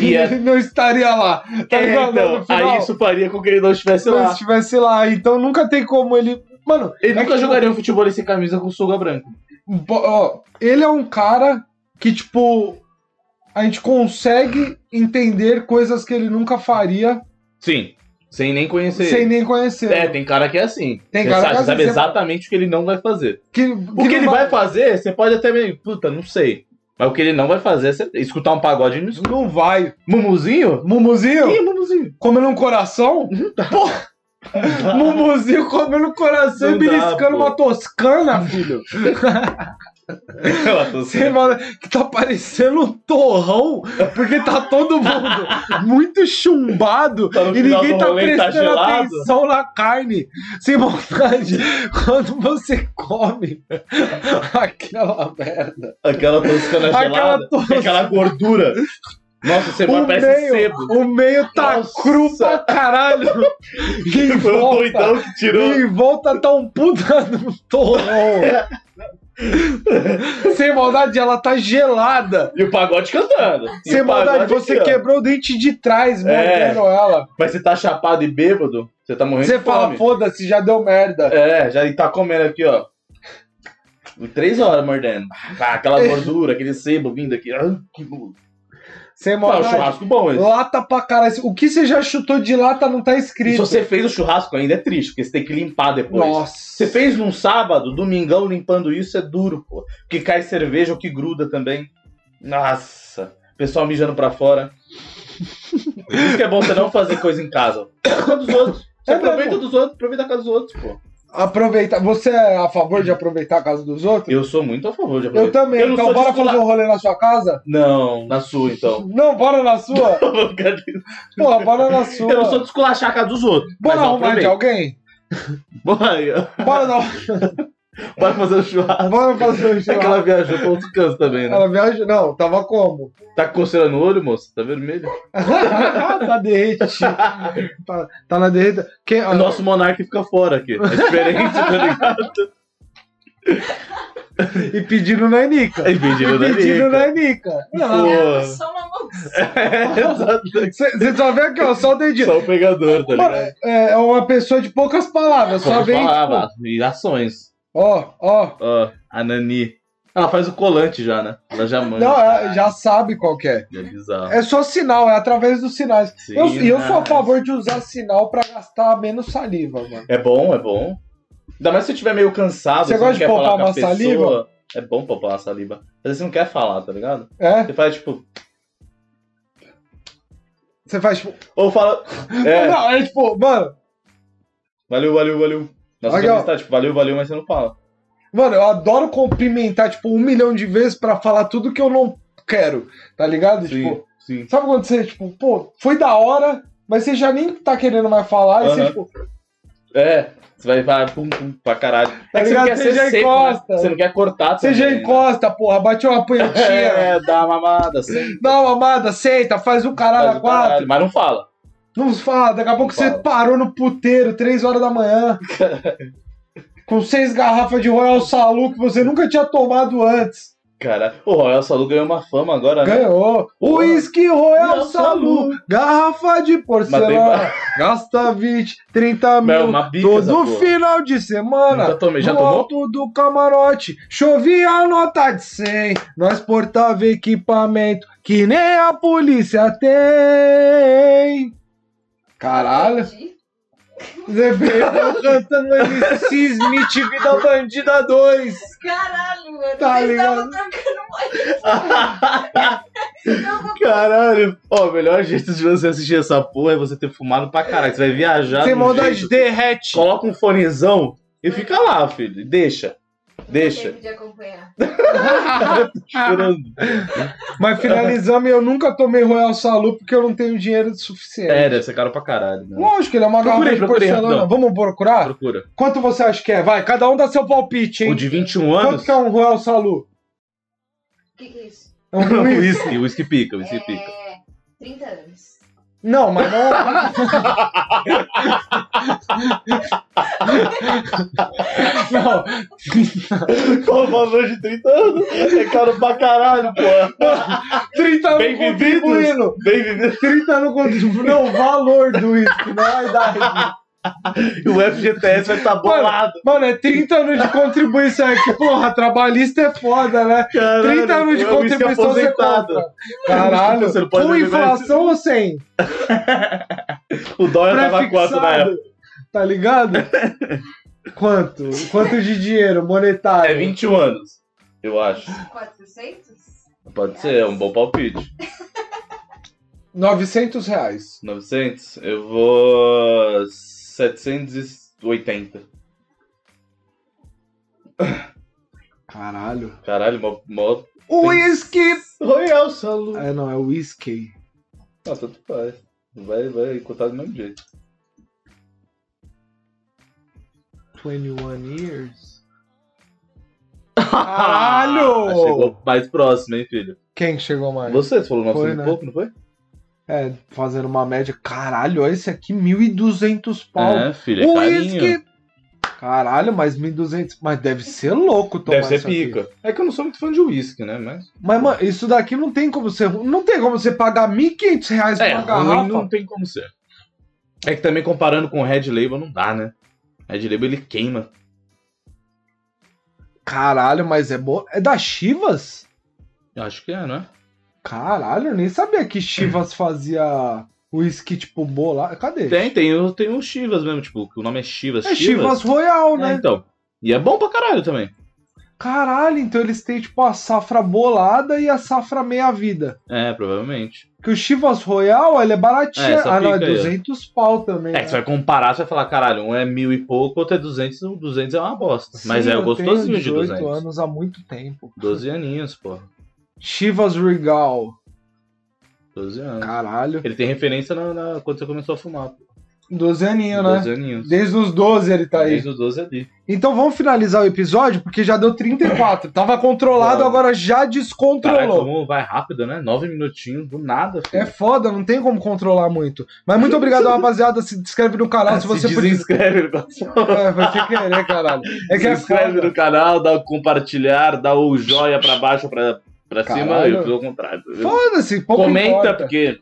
Speaker 2: E é-
Speaker 1: Ele não estaria lá. Tá
Speaker 2: É,
Speaker 1: ligado?
Speaker 2: então,
Speaker 1: No final,
Speaker 2: aí isso faria com que ele não estivesse
Speaker 1: se
Speaker 2: lá.
Speaker 1: estivesse lá. Então nunca tem como ele. Mano,
Speaker 2: Ele
Speaker 1: É
Speaker 2: nunca
Speaker 1: que-
Speaker 2: jogaria um futebol sem camisa com soga branco.
Speaker 1: Bo- ó, ele é um cara que, tipo, a gente consegue entender coisas que ele nunca faria
Speaker 2: Sim, sem nem conhecer
Speaker 1: sem
Speaker 2: ele.
Speaker 1: nem conhecer.
Speaker 2: É, tem cara que é assim.
Speaker 1: Tem
Speaker 2: Você
Speaker 1: cara
Speaker 2: sabe,
Speaker 1: que é
Speaker 2: você
Speaker 1: assim,
Speaker 2: sabe
Speaker 1: você-
Speaker 2: exatamente o que ele não vai fazer.
Speaker 1: Que-
Speaker 2: O que ele vai fazer, você pode até meio, puta, não sei. Mas o que ele não vai fazer é você escutar um pagode no escuro.
Speaker 1: Não vai.
Speaker 2: Mumuzinho?
Speaker 1: Mumuzinho,
Speaker 2: Ih, Mumuzinho.
Speaker 1: comendo um coração? Porra! Mumuzinho comendo um coração
Speaker 2: Não
Speaker 1: e
Speaker 2: dá,
Speaker 1: beliscando
Speaker 2: pô.
Speaker 1: uma toscana, filho.
Speaker 2: Ela tá
Speaker 1: Você
Speaker 2: assim.
Speaker 1: fala que tá parecendo um torrão, porque tá todo mundo muito chumbado
Speaker 2: Tá no
Speaker 1: e
Speaker 2: final
Speaker 1: ninguém
Speaker 2: do
Speaker 1: tá
Speaker 2: rolê, tá
Speaker 1: prestando
Speaker 2: gelado.
Speaker 1: atenção na carne. Sem vontade, quando você come aquela merda,
Speaker 2: Aquela toscana Tá gelada.
Speaker 1: aquela
Speaker 2: Aquela,
Speaker 1: tosca,
Speaker 2: gordura. Nossa, você
Speaker 1: o
Speaker 2: parece
Speaker 1: meio,
Speaker 2: sebo.
Speaker 1: o meio tá
Speaker 2: Nossa.
Speaker 1: cru pra caralho. E em
Speaker 2: Foi o
Speaker 1: volta,
Speaker 2: doidão que
Speaker 1: e
Speaker 2: tirou.
Speaker 1: em volta tá um puta no torrão. Sem maldade, ela tá gelada.
Speaker 2: E o pagode cantando. E
Speaker 1: Sem
Speaker 2: o pagode
Speaker 1: maldade, você
Speaker 2: aqui, ó.
Speaker 1: quebrou o dente de trás,
Speaker 2: É.
Speaker 1: mordendo ela.
Speaker 2: Mas você tá chapado e bêbado, você tá morrendo
Speaker 1: Você
Speaker 2: de
Speaker 1: fala,
Speaker 2: fome.
Speaker 1: foda-se, já deu merda.
Speaker 2: É, já e tá comendo aqui, ó. Em Três horas mordendo. Ah,
Speaker 1: É.
Speaker 2: aquela gordura, aquele sebo vindo aqui. Ah, que bom.
Speaker 1: Sem
Speaker 2: Pô, é um
Speaker 1: maldade.
Speaker 2: churrasco bom esse.
Speaker 1: Lata pra caralho. O que você já chutou de lata não tá
Speaker 2: E se
Speaker 1: escrito.
Speaker 2: você fez o churrasco ainda é triste, porque você tem que limpar depois.
Speaker 1: Nossa.
Speaker 2: Você fez num sábado, domingão, limpando isso é duro, pô. Porque cai cerveja, o que gruda também. Nossa. Pessoal mijando pra fora. Por isso que é bom você não fazer coisa em casa. Fica dos outros. Você
Speaker 1: É
Speaker 2: aproveita
Speaker 1: mesmo.
Speaker 2: dos outros, aproveita a casa dos outros, pô.
Speaker 1: Aproveitar. Você é a favor de aproveitar a casa dos outros?
Speaker 2: Eu sou muito a favor de
Speaker 1: Eu
Speaker 2: aproveitar.
Speaker 1: também.
Speaker 2: Eu não
Speaker 1: então
Speaker 2: sou
Speaker 1: bora
Speaker 2: descola-
Speaker 1: fazer um rolê na sua casa?
Speaker 2: Não, na sua, então.
Speaker 1: Não, bora na sua?
Speaker 2: Eu não quero dizer.
Speaker 1: Porra, Então bora na
Speaker 2: Eu
Speaker 1: sua.
Speaker 2: não sou desculachar a cara dos outros. é
Speaker 1: Bora
Speaker 2: mas eu
Speaker 1: arrumar de
Speaker 2: aproveito.
Speaker 1: alguém?
Speaker 2: Bora aí, ó.
Speaker 1: Bora dar
Speaker 2: Bora fazer um churrasco.
Speaker 1: Bora fazer um
Speaker 2: É que
Speaker 1: churrasco.
Speaker 2: ela viajou pra outro canto também, né?
Speaker 1: Ela viaja. Não, tava como?
Speaker 2: Tá coceirando o olho, moço? Tá vermelho?
Speaker 1: tá derretido. Tá, tá na derreta. Quem,
Speaker 2: O nosso monarca fica fora aqui. É diferente, tá ligado?
Speaker 1: E pedindo na Enica.
Speaker 2: É pedindo da
Speaker 1: Pedindo
Speaker 2: Nica.
Speaker 1: na Enica. Não,
Speaker 2: Pô.
Speaker 3: Só uma moça.
Speaker 2: É, exato.
Speaker 1: Você você só vê aqui, ó, só o dedinho.
Speaker 2: Só o pegador, tá
Speaker 1: Mano,
Speaker 2: ligado?
Speaker 1: É é uma pessoa de poucas palavras, só
Speaker 2: Só
Speaker 1: vem.
Speaker 2: falava. E ações.
Speaker 1: tipo, Ó, ó.
Speaker 2: Ó, a Nani. Ela faz o colante já, né? Ela já manda.
Speaker 1: Não, é- já sabe qual que é.
Speaker 2: É bizarro.
Speaker 1: É só sinal, é através dos sinais.
Speaker 2: Sim,
Speaker 1: Eu- E eu, sou a
Speaker 2: né?
Speaker 1: favor de usar sinal pra gastar menos saliva, mano.
Speaker 2: É bom, é bom. Ainda mais se você estiver meio cansado,
Speaker 1: Você
Speaker 2: você,
Speaker 1: gosta
Speaker 2: não
Speaker 1: de
Speaker 2: quer
Speaker 1: poupar
Speaker 2: falar com
Speaker 1: uma
Speaker 2: a pessoa.
Speaker 1: saliva?
Speaker 2: É bom poupar uma saliva. Mas você não quer falar, tá ligado?
Speaker 1: É?
Speaker 2: Você faz tipo.
Speaker 1: Você faz tipo.
Speaker 2: Ou fala. É,
Speaker 1: Não, é tipo, mano,
Speaker 2: valeu, valeu, valeu. Nossa
Speaker 1: Legal.
Speaker 2: cabeça tá tipo, valeu, valeu, mas você não fala.
Speaker 1: mano, eu adoro cumprimentar, tipo, um milhão de vezes pra falar tudo que eu não quero, tá ligado?
Speaker 2: Sim,
Speaker 1: Tipo,
Speaker 2: sim.
Speaker 1: sabe quando você, tipo, pô, foi da hora, mas você já nem tá querendo mais falar, e você,
Speaker 2: Aham.
Speaker 1: tipo,
Speaker 2: É. Você vai falar pum, pum, pra caralho.
Speaker 1: Tá
Speaker 2: É que você
Speaker 1: ligado?
Speaker 2: não quer
Speaker 1: Você
Speaker 2: ser
Speaker 1: já
Speaker 2: seco, né?
Speaker 1: encosta.
Speaker 2: Você não quer cortar
Speaker 1: você já
Speaker 2: também, né?
Speaker 1: encosta, porra, bate uma punhetinha.
Speaker 2: É, dá uma mamada, senta,
Speaker 1: Dá uma amada, aceita, faz um caralho
Speaker 2: faz
Speaker 1: a
Speaker 2: o
Speaker 1: quatro.
Speaker 2: caralho, mas não fala.
Speaker 1: Não fala, daqui a pouco você
Speaker 2: fala.
Speaker 1: parou no puteiro, três horas da manhã. com seis garrafas de Royal Salu que você nunca tinha tomado antes.
Speaker 2: Cara, o Royal Salu ganhou uma fama agora, né?
Speaker 1: Ganhou.
Speaker 2: Porra.
Speaker 1: Whisky Royal
Speaker 2: Royal
Speaker 1: Salu,
Speaker 2: Salu.
Speaker 1: garrafa de
Speaker 2: Mas tem
Speaker 1: porcelana. Gasta 20, 30
Speaker 2: Mas é
Speaker 1: mil.
Speaker 2: uma bica essa
Speaker 1: Todo
Speaker 2: porra.
Speaker 1: final de semana.
Speaker 2: Nunca tomei. Já
Speaker 1: no
Speaker 2: tomou?
Speaker 1: alto do camarote, chovia a nota de 100. Nós portava equipamento que nem a polícia tem. Caralho.
Speaker 3: Entendi.
Speaker 1: Zé Pedro cantando MC Smith Vida Bandida 2.
Speaker 3: Caralho, mano.
Speaker 1: Tá
Speaker 3: Vocês
Speaker 1: ligado.
Speaker 3: estavam trocando muito. Eu vou
Speaker 2: Caralho! Ó, o melhor jeito de você assistir essa porra é você ter fumado pra caralho. Você vai viajar.
Speaker 1: Sem
Speaker 2: de um
Speaker 1: maldade,
Speaker 2: jeito,
Speaker 1: derrete.
Speaker 2: Coloca um fonezão e fica lá, filho. e Deixa. Deixa.
Speaker 3: tempo de acompanhar.
Speaker 2: Chorando.
Speaker 1: Mas finalizamos, eu nunca tomei Royal Salu porque eu não tenho dinheiro suficiente.
Speaker 2: É, deve ser caro pra caralho, né?
Speaker 1: Lógico, ele é uma garrafa
Speaker 2: Procurei,
Speaker 1: de
Speaker 2: procurei,
Speaker 1: porcelana.
Speaker 2: rapidão.
Speaker 1: Vamos procurar?
Speaker 2: Procura.
Speaker 1: Quanto você acha que é? Vai, cada um dá seu palpite,
Speaker 2: O
Speaker 1: hein?
Speaker 2: de 21
Speaker 1: Quanto
Speaker 2: anos.
Speaker 1: que é um Royal Salu?
Speaker 3: O que, que é isso?
Speaker 1: É um
Speaker 2: o
Speaker 1: whisky?
Speaker 2: Whisky, o whisky pica, o whisky pica.
Speaker 3: É. 30 anos.
Speaker 1: Não, é mas não. não,
Speaker 2: Qual o valor de 30 anos? É caro pra caralho, pô.
Speaker 1: 30 anos
Speaker 2: Bem-vindos.
Speaker 1: contribuindo.
Speaker 2: Bem vivido.
Speaker 1: 30 anos contribuindo. Não, o valor do uísque, não a idade.
Speaker 2: E o FGTS vai estar bolado.
Speaker 1: Mano, é 30 anos de contribuição aqui. Porra, trabalhista é foda, né?
Speaker 2: Caralho,
Speaker 1: 30 anos de
Speaker 2: é um whisky
Speaker 1: contribuição você
Speaker 2: aposentado.
Speaker 1: compra. Caralho,
Speaker 2: Você não pode
Speaker 1: com
Speaker 2: beber mais.
Speaker 1: inflação ou sem?
Speaker 2: O dólar tava 4 na época.
Speaker 1: Prefixado, tá ligado? Quanto? Quanto de dinheiro
Speaker 2: É
Speaker 1: monetário?
Speaker 2: 21 anos, eu acho.
Speaker 3: 400?
Speaker 2: Pode ser, é um bom palpite.
Speaker 1: 900 reais.
Speaker 2: 900, eu vou. 780.
Speaker 1: Caralho.
Speaker 2: Caralho, mó. mó... Ah,
Speaker 1: Whisky!
Speaker 2: Royal Salu.
Speaker 1: É, não, é whisky.
Speaker 2: Ah, tanto faz. Vai, vai contar do mesmo jeito.
Speaker 1: 21 years.
Speaker 2: Ah, Chegou mais próximo, hein, filho?
Speaker 1: Quem chegou mais?
Speaker 2: Você, você falou 900
Speaker 1: Foi,
Speaker 2: e
Speaker 1: né?
Speaker 2: pouco, não foi?
Speaker 1: É, fazendo uma média. Caralho, olha esse aqui, 1.200 pau.
Speaker 2: É, filho, é carinho.
Speaker 1: Caralho, mas 1.200. Mas deve ser louco tomar
Speaker 2: Deve ser
Speaker 1: isso aqui.
Speaker 2: pica. É que eu não sou muito fã de uísque, né? Mas.
Speaker 1: Mas, mano, isso daqui não tem como você. Não tem como você pagar 1.500 reais por
Speaker 2: É,
Speaker 1: uma
Speaker 2: ruim
Speaker 1: garrafa.
Speaker 2: não tem como ser. É que também comparando com o Red Label não dá, né? Red Label ele queima.
Speaker 1: Caralho, mas é boa. É da Chivas?
Speaker 2: Eu acho que é, não é?
Speaker 1: Caralho, eu nem sabia que Chivas fazia whisky tipo bola. Cadê?
Speaker 2: Tem, tem, o- tem o Chivas mesmo, tipo, que o nome é Chivas.
Speaker 1: é Chivas Royal,
Speaker 2: É,
Speaker 1: né?
Speaker 2: então. E é bom pra caralho também.
Speaker 1: Caralho, então eles têm tipo a safra bolada e a safra meia-vida.
Speaker 2: É, provavelmente.
Speaker 1: Que o Chivas Royal, ele é
Speaker 2: É,
Speaker 1: baratinho.
Speaker 2: essa
Speaker 1: ah, não, é
Speaker 2: pica aí, ó.
Speaker 1: 200 pau também.
Speaker 2: É,
Speaker 1: né?
Speaker 2: que você vai comparar, você vai falar, caralho, um é mil e pouco, outro é 200, o 200 é uma bosta. Mas
Speaker 1: Sim,
Speaker 2: é
Speaker 1: eu
Speaker 2: gostosinho de
Speaker 1: tenho 18
Speaker 2: 200.
Speaker 1: anos há muito tempo.
Speaker 2: 12 aninhos, pô.
Speaker 1: Chivas Regal.
Speaker 2: 12 anos.
Speaker 1: Caralho.
Speaker 2: Ele tem referência na, na- quando você começou a fumar. pô.
Speaker 1: 12 aninhos, né?
Speaker 2: 12 aninhos.
Speaker 1: Desde os 12 ele tá aí.
Speaker 2: Desde os 12 ali.
Speaker 1: Então vamos finalizar o episódio, porque já deu 34. Tava controlado,
Speaker 2: Não.
Speaker 1: agora já
Speaker 2: Caralho,
Speaker 1: descontrolou.
Speaker 2: como vai rápido, né? Nove minutinhos, do nada, filho.
Speaker 1: É foda, não tem como controlar muito. Mas muito obrigado, rapaziada. Se inscreve no canal É, se você
Speaker 2: É, se
Speaker 1: puder.
Speaker 2: desinscreve no canal.
Speaker 1: É, vai ter que querer, caralho. É que
Speaker 2: se
Speaker 1: é
Speaker 2: inscreve
Speaker 1: foda.
Speaker 2: no canal, dá o compartilhar, dá o joia pra baixo, pra, pra cima.
Speaker 1: Caralho.
Speaker 2: Eu fiz o contrário. entendeu?
Speaker 1: Foda-se, pouco
Speaker 2: Comenta,
Speaker 1: importa.
Speaker 2: porque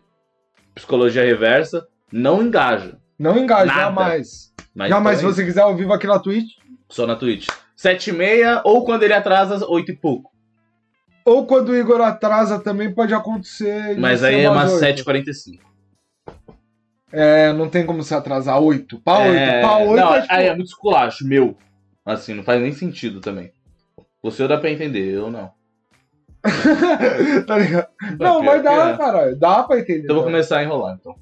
Speaker 2: psicologia reversa não engaja.
Speaker 1: Não engaja,
Speaker 2: Nada.
Speaker 1: jamais.
Speaker 2: Mas
Speaker 1: jamais, se
Speaker 2: então é
Speaker 1: você quiser ao vivo aqui na Twitch.
Speaker 2: isso. Só na Twitch. Sete e meia, ou quando ele atrasa, oito e pouco.
Speaker 1: Ou quando o Igor atrasa também pode acontecer. de
Speaker 2: Mas
Speaker 1: ser
Speaker 2: aí é umas
Speaker 1: oito.
Speaker 2: sete e quarenta e cinco.
Speaker 1: É, não tem como se atrasar. Oito. Pra Ah, oito.
Speaker 2: É,
Speaker 1: Pra oito
Speaker 2: não,
Speaker 1: é tipo...
Speaker 2: aí é muito esculacho, meu. Assim, não faz nem sentido também. Você dá pra entender, eu não. é-
Speaker 1: tá ligado? Não,
Speaker 2: pior
Speaker 1: mas
Speaker 2: que
Speaker 1: dá,
Speaker 2: é.
Speaker 1: caralho. Dá pra entender. tá
Speaker 2: Então eu vou começar a enrolar, então.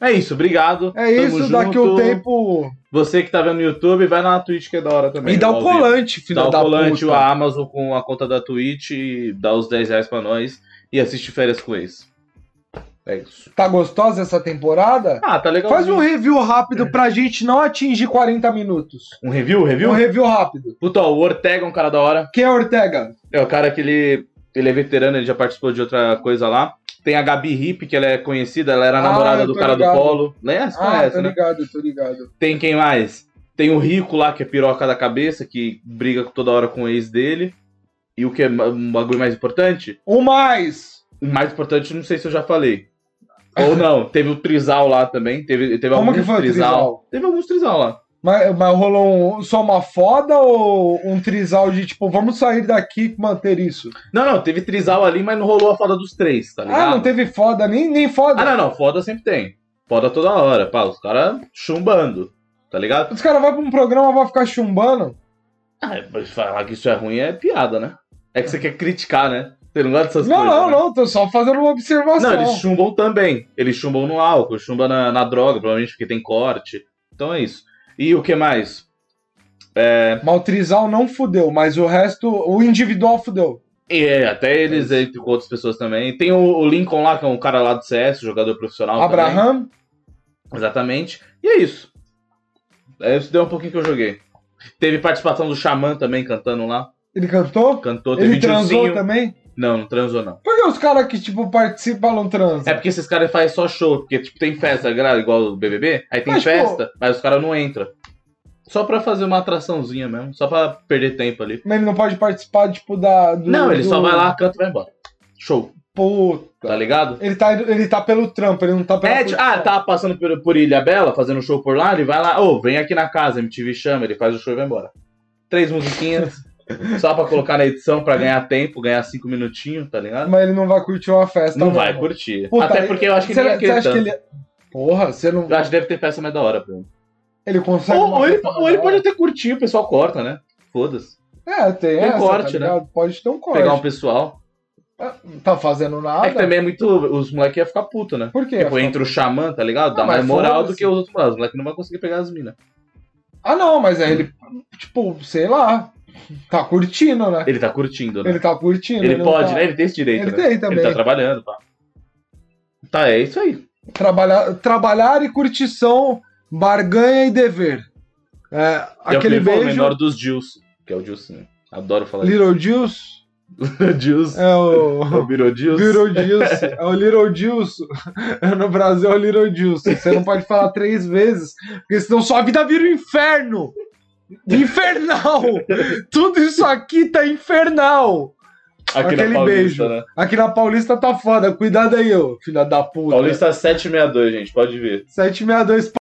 Speaker 2: É isso, obrigado.
Speaker 1: É isso, daqui o
Speaker 2: o
Speaker 1: tempo.
Speaker 2: Você que tá vendo no YouTube, vai lá na Twitch que é da hora também.
Speaker 1: E dá o
Speaker 2: ao vivo.
Speaker 1: colante, filho
Speaker 2: Dá o
Speaker 1: da
Speaker 2: colante,
Speaker 1: puta.
Speaker 2: a Amazon com a conta da Twitch, e dá os 10 reais pra nós e assiste férias com eles. É isso.
Speaker 1: Tá gostosa essa temporada?
Speaker 2: Ah, tá legal.
Speaker 1: Faz um review rápido pra gente não atingir 40 minutos.
Speaker 2: um review,
Speaker 1: Um
Speaker 2: review?
Speaker 1: review rápido.
Speaker 2: Puta, o Ortega é um cara da hora.
Speaker 1: Quem é Ortega?
Speaker 2: É o cara que ele, ele é veterano, ele já participou de outra coisa lá. Tem a Gabi Hip, que ela é conhecida, ela era
Speaker 1: Ah,
Speaker 2: namorada
Speaker 1: eu
Speaker 2: do
Speaker 1: tô
Speaker 2: cara
Speaker 1: ligado.
Speaker 2: do Polo. Né? Você
Speaker 1: Ah,
Speaker 2: conhece,
Speaker 1: tô
Speaker 2: né?
Speaker 1: ligado, tô ligado.
Speaker 2: Tem quem mais? Tem o Rico lá, que é piroca da cabeça, que briga toda hora com o ex dele. E o que é ma- um bagulho mais importante?
Speaker 1: O mais!
Speaker 2: O mais importante, não sei se eu já falei. Ou não, teve o Trizal lá também. Teve, teve
Speaker 1: Como
Speaker 2: alguns
Speaker 1: que foi o trisal?
Speaker 2: Teve alguns Trizal lá.
Speaker 1: Mas, mas rolou um, só uma foda ou um trisal de tipo, vamos sair daqui e manter isso?
Speaker 2: Não, não, teve Trizal ali, mas não rolou a foda dos três, tá ligado?
Speaker 1: Ah, não teve foda, nem, nem foda.
Speaker 2: Ah, não, não. Foda sempre tem. Foda toda hora, pá. Os caras chumbando, tá ligado?
Speaker 1: Os caras vão pra um programa, vão ficar chumbando.
Speaker 2: Ah, mas falar que isso é ruim é piada, né? É que você quer criticar, né? Você não gosta dessas
Speaker 1: não,
Speaker 2: coisas.
Speaker 1: não,
Speaker 2: né?
Speaker 1: não, tô só fazendo uma observação.
Speaker 2: Não, eles chumbam também. Eles chumbam no álcool, chumbam na, na droga, provavelmente porque tem corte. Então é isso. E o que mais? né?
Speaker 1: Mas o trisal não fudeu, mas o resto, o individual fudeu.
Speaker 2: E é, até eles,
Speaker 1: É
Speaker 2: entre com outras pessoas também. Tem o, o Lincoln lá, que é um cara lá do CS, jogador profissional. também.
Speaker 1: Abraham,
Speaker 2: Exatamente. E é isso. É, isso deu um pouquinho que eu joguei. Teve participação do Xamã também cantando lá.
Speaker 1: ele cantou?
Speaker 2: Cantou, teve um
Speaker 1: Ele transou
Speaker 2: videozinho.
Speaker 1: também?
Speaker 2: Não, não transou não.
Speaker 1: Por que os caras que, tipo, participam não transam?
Speaker 2: É porque esses caras fazem só show, porque tipo, tem festa, galera, igual o BBB, aí tem
Speaker 1: Mas, pô-
Speaker 2: festa, mas os caras não entram. Só pra fazer uma atraçãozinha mesmo, só pra perder tempo ali.
Speaker 1: Mas ele não pode participar, tipo, da. do-
Speaker 2: não, ele
Speaker 1: do-
Speaker 2: só vai lá, canta e vai embora. Show, tá
Speaker 1: Puta.
Speaker 2: ligado?
Speaker 1: Ele tá, ele tá pelo trampo, ele não tá pelo.
Speaker 2: É, tipo, ah, tava passando por, por Ilha Bela, fazendo show por lá, ele vai lá, ô, vem aqui na casa, MTV chama, ele faz o show e vai embora. Três musiquinhas, só pra colocar na edição, pra ganhar tempo, ganhar cinco minutinhos, tá ligado?
Speaker 1: Mas ele não vai curtir uma festa.
Speaker 2: Não
Speaker 1: mesmo.
Speaker 2: vai curtir.
Speaker 1: Puta,
Speaker 2: Até porque eu acho que
Speaker 1: Você
Speaker 2: ele é ia
Speaker 1: você acha
Speaker 2: querer.
Speaker 1: que ele. é- Porra, você não.
Speaker 2: Eu acho que deve ter festa mais da hora, pra mim.
Speaker 1: Ele consegue.
Speaker 2: Ou,
Speaker 1: uma
Speaker 2: ou ele,
Speaker 1: festa
Speaker 2: ou ele
Speaker 1: melhor?
Speaker 2: pode até curtir, o pessoal corta, né? Foda-se.
Speaker 1: É, tem.
Speaker 2: Tem
Speaker 1: essa,
Speaker 2: corte,
Speaker 1: tá
Speaker 2: né?
Speaker 1: ligado? Pode ter um corte.
Speaker 2: Pegar um pessoal.
Speaker 1: Não tá fazendo nada.
Speaker 2: é que também é muito. Os moleques iam ficar puto, né?
Speaker 1: Por quê?
Speaker 2: Tipo, entra o xamã, tá ligado? Dá
Speaker 1: Ah,
Speaker 2: mais
Speaker 1: mas
Speaker 2: moral
Speaker 1: foda-se.
Speaker 2: do que os outros moleques. Os moleques não vão conseguir pegar as minas.
Speaker 1: Ah, não, mas é ele. Tipo, sei lá. Tá curtindo, né?
Speaker 2: Ele tá curtindo, né?
Speaker 1: Ele tá curtindo.
Speaker 2: Ele,
Speaker 1: não
Speaker 2: pode,
Speaker 1: tá-
Speaker 2: né? Ele tem esse direito,
Speaker 1: Ele
Speaker 2: né?
Speaker 1: tem também.
Speaker 2: Ele tá trabalhando, pá. Tá, é isso aí.
Speaker 1: Trabalhar, trabalhar e curtição, barganha e dever. É, aquele
Speaker 2: é o primo
Speaker 1: beijo,
Speaker 2: menor dos Gilson, que é o Gilson. Adoro falar isso.
Speaker 1: Little Juice,
Speaker 2: Gilson.
Speaker 1: é o...
Speaker 2: Virou Gilson.
Speaker 1: Little Juice, é o Little Juice. No Brasil é o Little Juice. Você não pode falar três vezes, porque senão sua vida vira um inferno. Infernal! Tudo isso aqui tá infernal.
Speaker 2: Aqui na
Speaker 1: Aquele
Speaker 2: Paulista,
Speaker 1: beijo.
Speaker 2: né?
Speaker 1: Aqui na Paulista tá foda, cuidado aí, ô, filha da puta.
Speaker 2: Paulista 762, gente, pode ver.
Speaker 1: 762